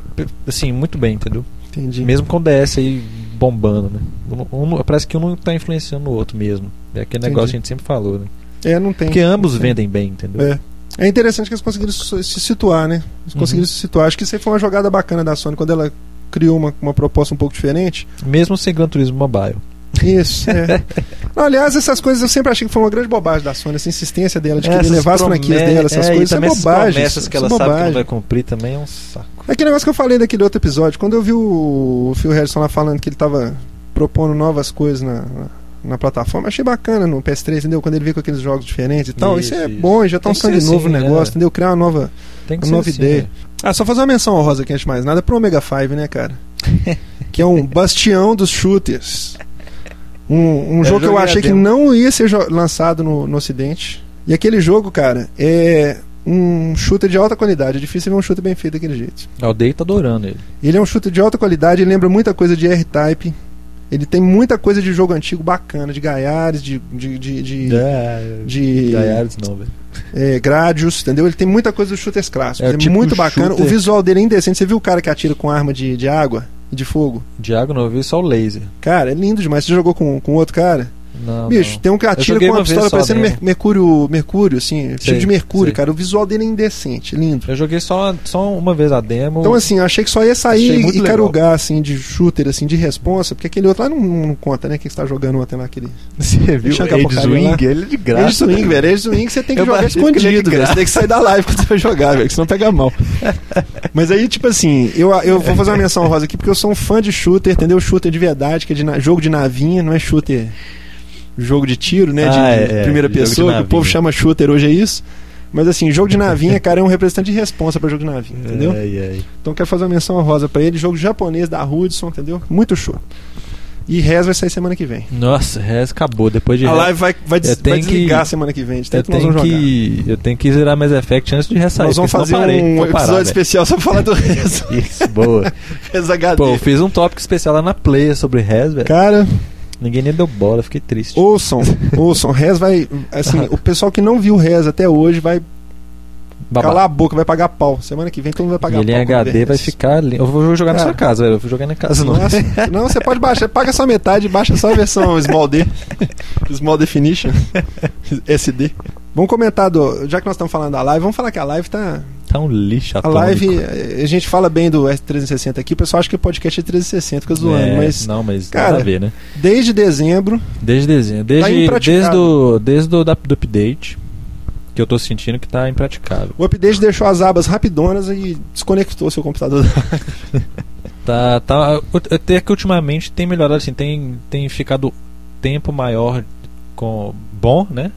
S2: assim, muito bem, entendeu?
S3: Entendi.
S2: Mesmo com o DS aí bombando, né? Um- um- parece que um não tá influenciando o outro mesmo. É aquele
S3: Entendi.
S2: negócio que a gente sempre falou, né?
S3: É, não tem.
S2: Porque ambos vendem bem, entendeu?
S3: É. É interessante que eles conseguiram su- se situar, né? Eles
S2: Uhum.
S3: conseguiram se situar. Acho que isso aí foi uma jogada bacana da Sony quando ela criou uma, uma proposta um pouco diferente.
S2: Mesmo sem Gran Turismo Mobile.
S3: Isso, é. Não, aliás, essas coisas eu sempre achei que foi uma grande bobagem da Sony, essa insistência dela de querer
S2: Essas
S3: levar as franquias
S2: promessas-
S3: dela, essas
S2: é, e
S3: coisas, isso é
S2: também essas
S3: bobagem.
S2: promessas que
S3: isso
S2: ela
S3: é
S2: sabe que
S3: bobagem.
S2: não vai cumprir também é um saco.
S3: É aquele negócio que eu falei daquele outro episódio. Quando eu vi o Phil Harrison lá falando que ele tava propondo novas coisas na, na, na plataforma, achei bacana no PS3, entendeu? Quando ele veio com aqueles jogos diferentes e tal. Isso,
S2: Isso,
S3: é
S2: isso.
S3: bom, já tá
S2: Tem
S3: um
S2: que
S3: sangue
S2: ser
S3: novo
S2: assim,
S3: no negócio,
S2: é.
S3: entendeu? Criar uma nova,
S2: Tem
S3: uma
S2: que ser
S3: nova
S2: assim,
S3: ideia.
S2: né?
S3: Ah, só fazer uma menção honrosa aqui antes de mais nada pro Omega 5, né, cara? que é um bastião dos shooters. Um, um
S2: Eu
S3: jogo que eu
S2: É, joguei a
S3: achei que
S2: demo.
S3: não ia ser jo- lançado no, no Ocidente. E aquele jogo, cara, é um shooter de alta qualidade. É difícil ver um shooter bem feito daquele jeito.
S2: Ah, O Dei tá adorando ele.
S3: Ele é um chute de alta qualidade, ele lembra muita coisa de R-Type. Ele tem muita coisa de jogo antigo bacana, de Gaiares, de. de. de. de,
S2: É,
S3: de,
S2: Gaiares não, velho.
S3: é, Gradius, entendeu? Ele tem muita coisa dos shooters clássicos.
S2: É,
S3: É,
S2: o tipo
S3: muito bacana.
S2: shooter-
S3: O visual dele é indecente. Você viu o cara que atira com arma de, de água e de fogo?
S2: Diago não, eu vi só o laser.
S3: Cara, é lindo demais. Você jogou com, com outro cara?
S2: Não,
S3: Bicho,
S2: não.
S3: tem um que atira
S2: joguei
S3: com uma
S2: uma vez
S3: pistola
S2: só
S3: parecendo mer-
S2: mesmo.
S3: mercúrio, mercúrio, assim, tipo
S2: Sei,
S3: de mercúrio,
S2: sei.
S3: cara. O visual dele é indecente, lindo.
S2: Eu joguei só, só uma vez a demo.
S3: Então, assim, eu achei que só ia
S2: Achei
S3: sair
S2: muito
S3: e
S2: legal.
S3: carugar, assim, de shooter, assim, de responsa, porque aquele outro lá não, não conta, né? Que você tá jogando ontem lá, aquele.
S2: você viu
S3: Deixa eu acabar
S2: Age
S3: com o cara lá.
S2: Wing? Ele é de graça.
S3: Age Swing, velho. Age Swing você tem que
S2: Eu
S3: jogar
S2: baixei porque ele é de
S3: escondido, velho.
S2: graça.
S3: Você tem que sair da live quando você vai jogar, velho, que senão pega mal. Mas aí, tipo assim, eu, eu vou fazer uma menção rosa aqui, porque eu sou um fã de shooter, entendeu? Shooter de verdade, que é de na- jogo de navinha, não é shooter jogo de tiro, né? De,
S2: Ah, é,
S3: de
S2: é,
S3: primeira
S2: jogo de
S3: pessoa, que o
S2: navinha.
S3: povo chama shooter hoje é isso. Mas assim, jogo de navinha, cara, é um representante de responsa pra jogo de navinha,
S2: É.
S3: entendeu?
S2: Ai, ai.
S3: Então quero fazer uma menção honrosa pra ele, jogo japonês da Hudson, entendeu? Muito show. E Rez vai sair semana que vem.
S2: Nossa, Rez acabou. Depois de
S3: A
S2: Rez-
S3: live vai, vai, des-
S2: Eu tenho
S3: vai desligar
S2: que-
S3: semana que vem, de
S2: eu
S3: tanto que nós
S2: tenho
S3: vamos jogar.
S2: que, eu tenho que zerar Mass Effect antes de ressair.
S3: nós vamos
S2: porque
S3: fazer
S2: senão eu parei,
S3: um
S2: vou parar,
S3: episódio
S2: velho.
S3: especial só pra falar do Rez,
S2: Isso, boa.
S3: Rez HD.
S2: Pô, eu fiz um tópico especial lá na Play sobre Rez, velho.
S3: Cara,
S2: Ninguém nem deu bola, eu fiquei triste.
S3: ouçam, ouçam, Rez vai. Assim, o pessoal que não viu Rez até hoje vai
S2: Babá.
S3: calar a boca, vai pagar pau. Semana que vem todo mundo vai
S2: E
S3: pagar
S2: ele em
S3: pau. quando
S2: HD
S3: ver
S2: vai
S3: Rez.
S2: ficar lindo. Eu vou jogar na
S3: Cara.
S2: sua casa, velho. Eu vou jogar na minha casa, não.
S3: Nossa, não, você pode baixar, paga só metade, baixa só a versão Small D, Small Definition, SD. Vamos comentar, do, já que nós estamos falando da live, vamos falar que a live tá.
S2: Tá um lixo
S3: A
S2: atômico.
S3: live, eh, a gente fala bem do S360 aqui, o pessoal acha que o podcast é 360, fica zoando,
S2: É,
S3: mas
S2: Não, mas
S3: cara,
S2: nada a ver, né?
S3: desde dezembro,
S2: Desde desenho. Desde,
S3: impraticável.
S2: desde, o, desde o da- do update, que eu tô sentindo que tá impraticável.
S3: o update deixou as abas rapidonas e desconectou seu computador.
S2: Tá, tá. Até que ultimamente tem melhorado, assim, tem, tem ficado tempo maior com bom, né?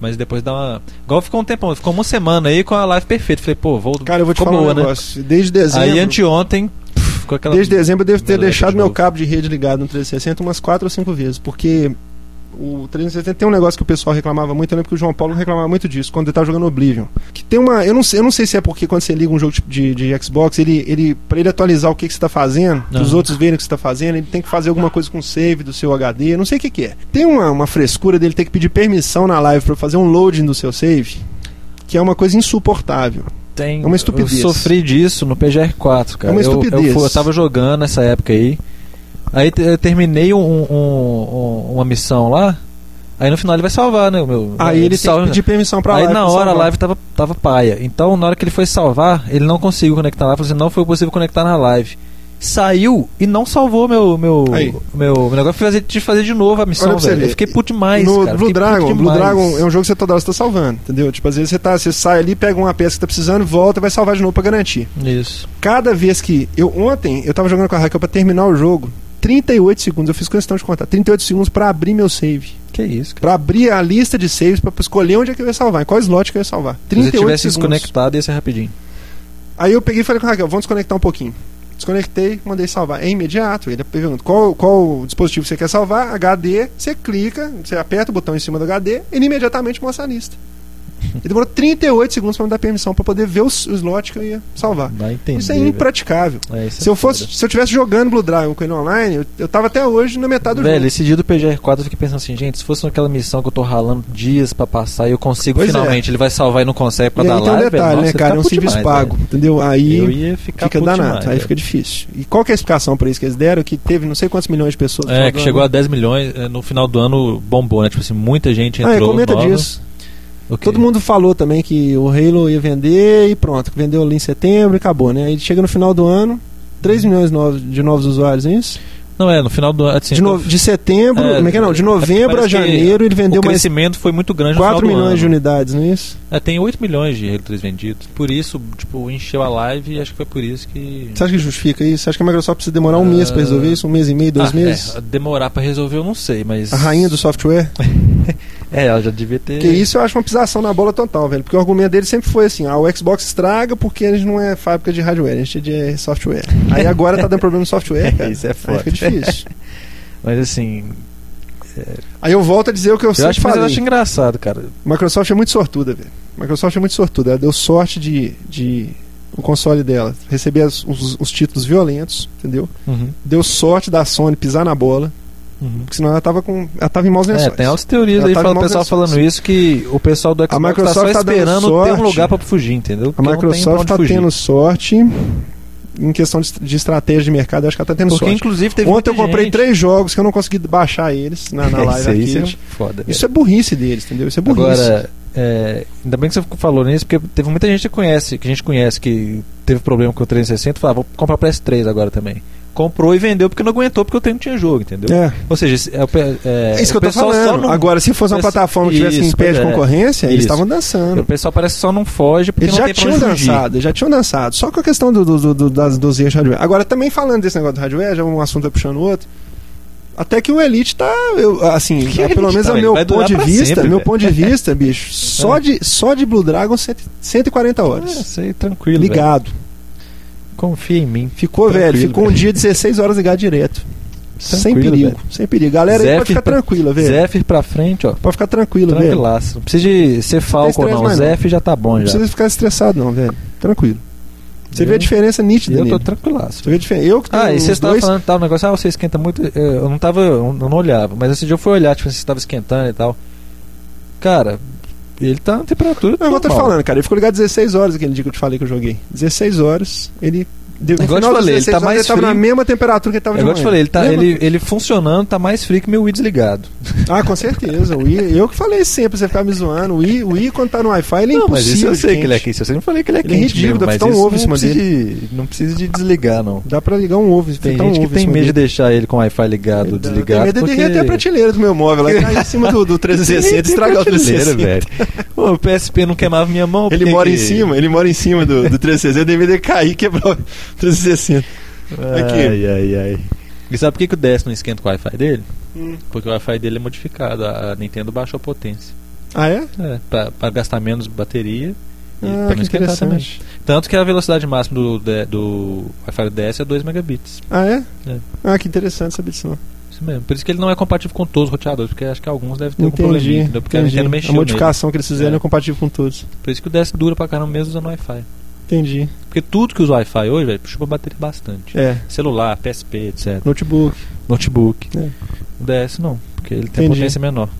S2: Mas depois dá uma. Igual ficou um tempão, ficou uma semana aí com a live perfeita. Falei, pô, vou.
S3: Cara, eu vou te
S2: Ficou
S3: falar
S2: boa,
S3: um
S2: né?
S3: negócio. Desde dezembro.
S2: aí é anteontem, pff, ficou aquela.
S3: Desde dezembro eu devo ter
S2: Meleca
S3: deixado
S2: de
S3: meu
S2: novo.
S3: cabo de rede ligado no 360 umas 4 ou 5 vezes, porque o 360 tem um negócio que o pessoal reclamava muito, eu lembro que o João Paulo reclamava muito disso quando ele tava jogando Oblivion. Que tem uma, eu não sei, eu não sei se é porque quando você liga um jogo de, de Xbox, ele ele para ele atualizar o que que você tá fazendo, para os
S2: Aham.
S3: outros verem o que você tá fazendo, ele tem que fazer alguma coisa com o save do seu HD, eu não sei o que que é. Tem uma, uma frescura dele ter que pedir permissão na live para fazer um loading do seu save, que é uma coisa insuportável.
S2: Tem,
S3: É uma estupidez.
S2: Eu sofri disso no PGR4, cara.
S3: É uma
S2: Eu- Eu,
S3: estupidez.
S2: fui- eu tava jogando nessa época aí. Aí te- eu terminei um- um- um- uma missão lá. Aí no final ele vai salvar, né? O meu,
S3: Aí ele, tem que
S2: salva-
S3: pedir permissão para
S2: aí
S3: live.
S2: na
S3: pra
S2: hora a
S3: salvar.
S2: live tava, tava paia. Então na hora que ele foi salvar, ele não conseguiu conectar lá. Falou assim, não foi possível conectar na live. Saiu e não salvou meu meu
S3: Aí.
S2: meu, meu negócio. Fui fazer, tive que fazer de novo a
S3: Olha
S2: missão,
S3: pra você
S2: velho.
S3: ver.
S2: Eu fiquei puto demais,
S3: no
S2: cara.
S3: Blue
S2: Fiquei puto
S3: Dragon, Blue
S2: demais.
S3: Dragon é um jogo que você toda hora você tá salvando, entendeu? Tipo, às vezes você, tá, você sai ali, pega uma peça que tá precisando, volta e vai salvar de novo pra garantir.
S2: Isso.
S3: Cada vez que. Eu ontem, eu tava jogando com a Raquel pra terminar o jogo, 38 segundos, eu fiz questão de contar, 38 segundos pra abrir meu save.
S2: Que isso, cara.
S3: Pra abrir a lista de saves, pra escolher onde é que eu ia salvar, em qual slot que eu ia salvar.
S2: Se você
S3: 38
S2: tivesse
S3: segundos.
S2: desconectado, ia ser rapidinho.
S3: Aí eu peguei e falei com a Raquel, vamos desconectar um pouquinho. Desconectei, mandei salvar. É imediato. Ele pergunta qual, qual dispositivo você quer salvar, HD, você clica, você aperta o botão em cima do HD, ele imediatamente mostra a lista. E demorou 38 segundos pra me dar permissão pra poder ver os, os lotes que eu ia salvar.
S2: Vai entender.
S3: Isso é
S2: velho.
S3: impraticável.
S2: É, isso é
S3: Se eu fosse,
S2: foda.
S3: se eu tivesse jogando Blue Dragon com ele online, eu, eu tava até hoje na metade do
S2: Velho,
S3: jogo.
S2: esse dia do PGR4 eu fiquei pensando assim, gente, se fosse aquela missão que eu tô ralando dias pra passar e eu consigo
S3: Pois é.
S2: finalmente, ele vai salvar e não consegue pra
S3: E
S2: dar
S3: aí tem um
S2: live, velho.
S3: detalhe,
S2: Nossa,
S3: né,
S2: ele
S3: cara?
S2: tá
S3: É um
S2: puto
S3: serviço
S2: demais,
S3: pago, entendeu? Aí
S2: velho. Eu ia ficar
S3: fica
S2: puto
S3: danado,
S2: demais, é.
S3: aí
S2: velho.
S3: fica difícil. E qual que é a explicação pra isso que eles deram? Que teve não sei quantas milhões de pessoas.
S2: É,
S3: jogando.
S2: que chegou a 10 milhões, é, no final do ano bombou, né? Tipo assim, muita gente
S3: Ah,
S2: entrou
S3: e comenta
S2: nova.
S3: disso.
S2: O quê?
S3: Todo mundo falou também que o Halo ia vender e pronto, vendeu ali em setembro e acabou, né? Aí chega no final do ano, 3 milhões novos- de novos usuários, é isso?
S2: Não, é, no final do ano... Assim,
S3: De, no- de setembro,
S2: É,
S3: como é que é não? De
S2: é,
S3: novembro a
S2: parece que
S3: janeiro ele vendeu
S2: o
S3: mais
S2: crescimento foi muito grande no
S3: 4
S2: final do
S3: milhões de
S2: ano.
S3: unidades, não é isso?
S2: É, tem 8 milhões de Halo 3 vendidos. Por isso, tipo, encheu a live e acho que foi por isso que...
S3: Você acha que justifica isso? Você acha que a Microsoft precisa demorar um mês pra resolver isso? Um mês e meio, dois
S2: Ah,
S3: meses?
S2: é, demorar pra resolver eu não sei, mas...
S3: A rainha do software?
S2: É, ela já devia ter...
S3: Porque isso eu acho uma pisação na bola total, velho. Porque o argumento dele sempre foi assim: ah, o Xbox estraga porque a gente não é fábrica de hardware, a gente é de software. Aí agora tá dando problema no software, cara.
S2: Isso é foda.
S3: Aí fica difícil.
S2: Mas assim,
S3: Aí eu volto a dizer o que eu,
S2: eu
S3: sempre
S2: acho, mas
S3: falei.
S2: eu acho engraçado, cara.
S3: Microsoft é muito sortuda, velho. Microsoft é muito sortuda. Ela deu sorte de, de o console dela receber as- os, os títulos violentos, entendeu?
S2: Uhum,
S3: Deu sorte da Sony pisar na bola, porque senão ela tava com, ela tava em maus
S2: É,
S3: lençóis.
S2: tem altas teorias
S3: Ela
S2: aí,
S3: tá
S2: fala,
S3: em
S2: o
S3: maus
S2: pessoal
S3: lençóis.
S2: falando isso, que o pessoal do Xbox tá só
S3: Microsoft tá dando
S2: esperando ter um
S3: sorte.
S2: lugar pra fugir, entendeu?
S3: a
S2: Porque não tem pra
S3: Microsoft
S2: onde
S3: tá
S2: fugir.
S3: tendo sorte em questão de, de estratégia de mercado, eu acho que ela tá tendo
S2: Porque
S3: sorte.
S2: inclusive teve
S3: Ontem eu
S2: muita
S3: comprei
S2: gente.
S3: três jogos que eu não consegui baixar eles na, na live
S2: isso, aí, isso é
S3: aqui.
S2: foda.
S3: Isso é burrice deles, entendeu? Isso é burrice.
S2: Agora, é, ainda bem que você falou nisso, porque teve muita gente que conhece, que a gente conhece que teve problema com o 360, falava, "Ah, vou comprar o PS3 agora também. Comprou e vendeu porque não aguentou, porque o tempo tinha jogo, entendeu?
S3: é.
S2: Ou seja, esse- é, o pe- é,
S3: É isso que
S2: o
S3: eu tô
S2: pessoal Só
S3: falando.
S2: não,
S3: Agora, se fosse uma
S2: Esse-
S3: plataforma que tivesse em
S2: isso,
S3: pé de
S2: pois é.
S3: concorrência, eles
S2: Isso.
S3: estavam
S2: o
S3: dançando.
S2: pessoal parece que só não foge porque
S3: Eles
S2: não
S3: já
S2: tem pra onde
S3: tinham
S2: fugir.
S3: dançado, já tinham dançado. Só com a questão do, do, do- do- das dos erros de hardware. Agora, também falando desse negócio do hardware, já um assunto vai puxando o outro. Até que o Elite tá. eu, assim,
S2: Que
S3: ah, pelo
S2: Elite,
S3: menos
S2: tá,
S3: a
S2: velho?
S3: meu
S2: Vai durar
S3: ponto de
S2: pra
S3: vista,
S2: sempre,
S3: meu
S2: velho.
S3: ponto de vista, bicho, só,
S2: É.
S3: de, só de Blue Dragon cento- 140
S2: É,
S3: horas.
S2: isso aí, tranquilo. velho.
S3: ligado.
S2: Confia em mim.
S3: Ficou,
S2: Tranquilo,
S3: velho. Ficou um
S2: velho.
S3: dia 16 horas ligado direto. sem
S2: Tranquilo,
S3: perigo.
S2: velho.
S3: Sem perigo. Galera, aí
S2: Zé
S3: pode ficar
S2: fica-
S3: tranquila, velho.
S2: Zephyr pra frente, ó.
S3: Pode ficar tranquilo, velho. Não
S2: Tranquilaço. Não precisa de ser falco ou
S3: estresse
S2: não.
S3: mais, não.
S2: Zephyr já tá bom já.
S3: precisa ficar estressado, não, velho. Tranquilo. Você
S2: Eu-
S3: vê a diferença nítida
S2: Eu
S3: nele.
S2: tô tranquilaço.
S3: Você vê a diferença. Eu que tenho
S2: Ah, e vocês
S3: os
S2: estavam
S3: dois...
S2: falando tal negócio, ah, você esquenta muito. eh, Eu não tava, eu não olhava, mas esse dia eu fui olhar, tipo, vocês estavam esquentando e tal. Cara, ele tá na temperatura.
S3: Não, eu tô te
S2: normal.
S3: falando, cara. Ele ficou ligado 16 horas aquele dia que eu te falei que eu joguei. 16 horas, ele... Deu, no
S2: Igual eu te
S3: final das
S2: falei, ele
S3: 16
S2: tá
S3: horas,
S2: mais
S3: ele tava na
S2: frio.
S3: mesma temperatura que ele tava
S2: É
S3: de
S2: igual eu te
S3: manhã.
S2: falei, ele, tá,
S3: Mesma-
S2: ele, ele funcionando tá mais frio que meu Wii desligado.
S3: Ah, com certeza. O I, eu que falei sempre, você ficar me zoando. O I, o I quando tá no Wi-Fi, ele é impossível. de quente.
S2: quente. Eu sempre falei que ele é
S3: Ele é ridículo, dá pra ficar um ovo em
S2: não
S3: cima
S2: precisa de- não precisa de desligar, não.
S3: Dá pra ligar um ovo.
S2: Tem
S3: fritar um
S2: gente que
S3: ovo em
S2: tem
S3: cima
S2: medo de
S3: dele.
S2: deixar ele com o Wi-Fi ligado,
S3: Eu tenho
S2: Tá desligado.
S3: medo de
S2: porque...
S3: derreter a prateleira do meu móvel. Ela cai em cima do, do 360 e estragar o 360.
S2: velho. Ô, O PSP não queimava minha mão.
S3: Ele
S2: porque
S3: mora
S2: que-
S3: em cima, ele mora em cima do, do 360. Eu deveria cair e quebrar o 360. Aqui.
S2: É. Ai, ai, ai. E sabe por que, que o DS não esquenta com o Wi-Fi dele?
S3: Hum.
S2: Porque o Wi-Fi dele é modificado. A a Nintendo baixou a potência.
S3: Ah, é?
S2: É, pra, pra gastar menos bateria e
S3: Ah,
S2: pra
S3: que
S2: não esquentar também.
S3: interessante.
S2: Tanto que a velocidade máxima do, de- do Wi-Fi do DS é 2 megabits.
S3: Ah, é?
S2: É.
S3: Ah, que interessante saber disso. não.
S2: Isso mesmo. Por isso que ele não é compatível com todos os roteadores, porque acho que alguns devem ter algum
S3: Entendi.
S2: probleminha, entendeu? Porque
S3: entendi.
S2: a Nintendo mexeu
S3: A modificação que eles fizeram
S2: É.
S3: é compatível com todos.
S2: nele. Por isso que o DS dura pra caramba mesmo usando Wi-Fi.
S3: Entendi.
S2: Porque tudo que usa Wi-Fi hoje, velho, chupa bateria bastante.
S3: É.
S2: Celular, PSP, etc.
S3: Notebook.
S2: Notebook.
S3: É.
S2: O DS não, porque ele tem
S3: Entendi.
S2: potência menor.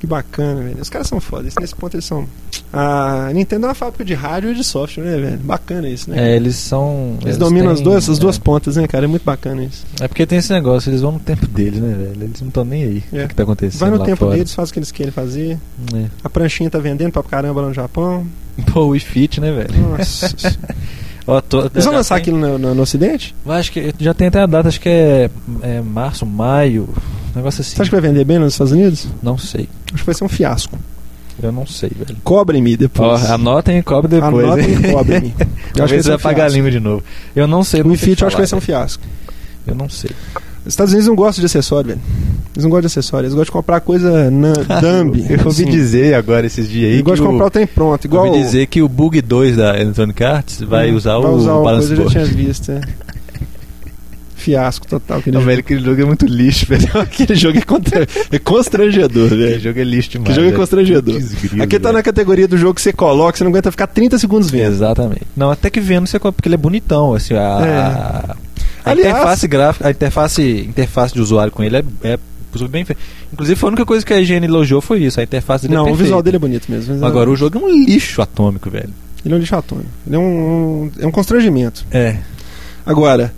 S3: Que bacana, velho. Os caras são foda. Esse- Nesse ponto eles são. A Nintendo é uma fábrica de rádio e de software, né, velho? Bacana isso, né?
S2: É, eles são.
S3: Eles, dominam
S2: têm-
S3: as, duas, as
S2: é.
S3: duas pontas, né, cara? É muito bacana isso.
S2: É porque tem esse negócio, eles vão no tempo deles, né, velho? Eles não estão nem aí.
S3: É.
S2: O que, que tá acontecendo?
S3: Vai no
S2: lá
S3: tempo
S2: fora.
S3: deles, faz o que eles querem fazer.
S2: É.
S3: A pranchinha tá vendendo pra caramba lá no Japão.
S2: Pô, o Wii Fit, né, velho?
S3: Nossa. senhora.
S2: Ó, tô-
S3: Hum. Eles vão
S2: já
S3: lançar
S2: tem-
S3: aquilo no, no- no Ocidente?
S2: Eu Acho que já tem até a data, acho que é, é março, maio, um negócio assim.
S3: Você acha que vai vender bem nos Estados Unidos?
S2: Não sei,
S3: Acho que vai ser um fiasco.
S2: eu não sei, velho.
S3: Cobrem-me
S2: Ó,
S3: depois.
S2: anotem e cobre depois.
S3: Anotem
S2: hein?
S3: e cobrem-me. Eu acho que
S2: Talvez
S3: vai
S2: vai
S3: ser um
S2: pagar a
S3: fiasco.
S2: língua de novo. Eu não sei.
S3: O
S2: não
S3: Mi
S2: sei
S3: Fit eu acho que vai um ser um
S2: falar,
S3: fiasco.
S2: velho. Eu não sei.
S3: Os Estados Unidos não gostam de acessório, velho. Eles não gostam de acessório. Eles gostam de comprar coisa na dumb.
S2: Ah, Eu ouvi
S3: assim.
S2: dizer agora esses dias aí.
S3: Eles gostam de
S2: que o-
S3: comprar o trem pronto.
S2: eu
S3: Igual Hum,
S2: ouvi dizer que o Bug 2 da Electronic Arts vai usar o
S3: Vai usar
S2: Balance
S3: coisa que eu já
S2: Board.
S3: tinha visto. é. Fiasco total. Aquele
S4: Não,
S3: jogo.
S4: velho, aquele jogo é muito lixo, velho.
S3: Aquele jogo é, contra... é constrangedor,
S2: né?
S4: Aquele
S3: velho.
S4: jogo é lixo demais.
S3: Que jogo é
S4: velho.
S3: constrangedor.
S4: Putz, grilo,
S3: Aqui tá
S4: velho.
S3: na categoria do jogo que você coloca, você não aguenta ficar 30 segundos vendo.
S2: Exatamente. Não, até que vendo você compra, porque ele é bonitão, assim, a, a- a
S3: É. Aliás-
S2: interface gráfica, a interface, interface de usuário com ele é, é bem feita. Inclusive foi a única coisa que a higiene elogiou foi isso, a interface dele é
S3: não, o
S2: perfeita.
S3: visual dele é bonito mesmo. mas
S2: Agora o jogo é um lixo atômico, velho.
S3: Ele é um lixo atômico. Ele é um, um- é um constrangimento.
S2: É.
S3: Agora,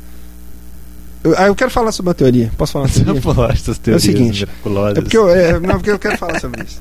S3: eu, ah, eu quero falar sobre a teoria. Posso falar sobre a teoria?
S2: É
S4: Essas teorias
S3: seguinte,
S4: miraculosas.
S3: É porque eu, é, não, porque eu quero falar sobre isso.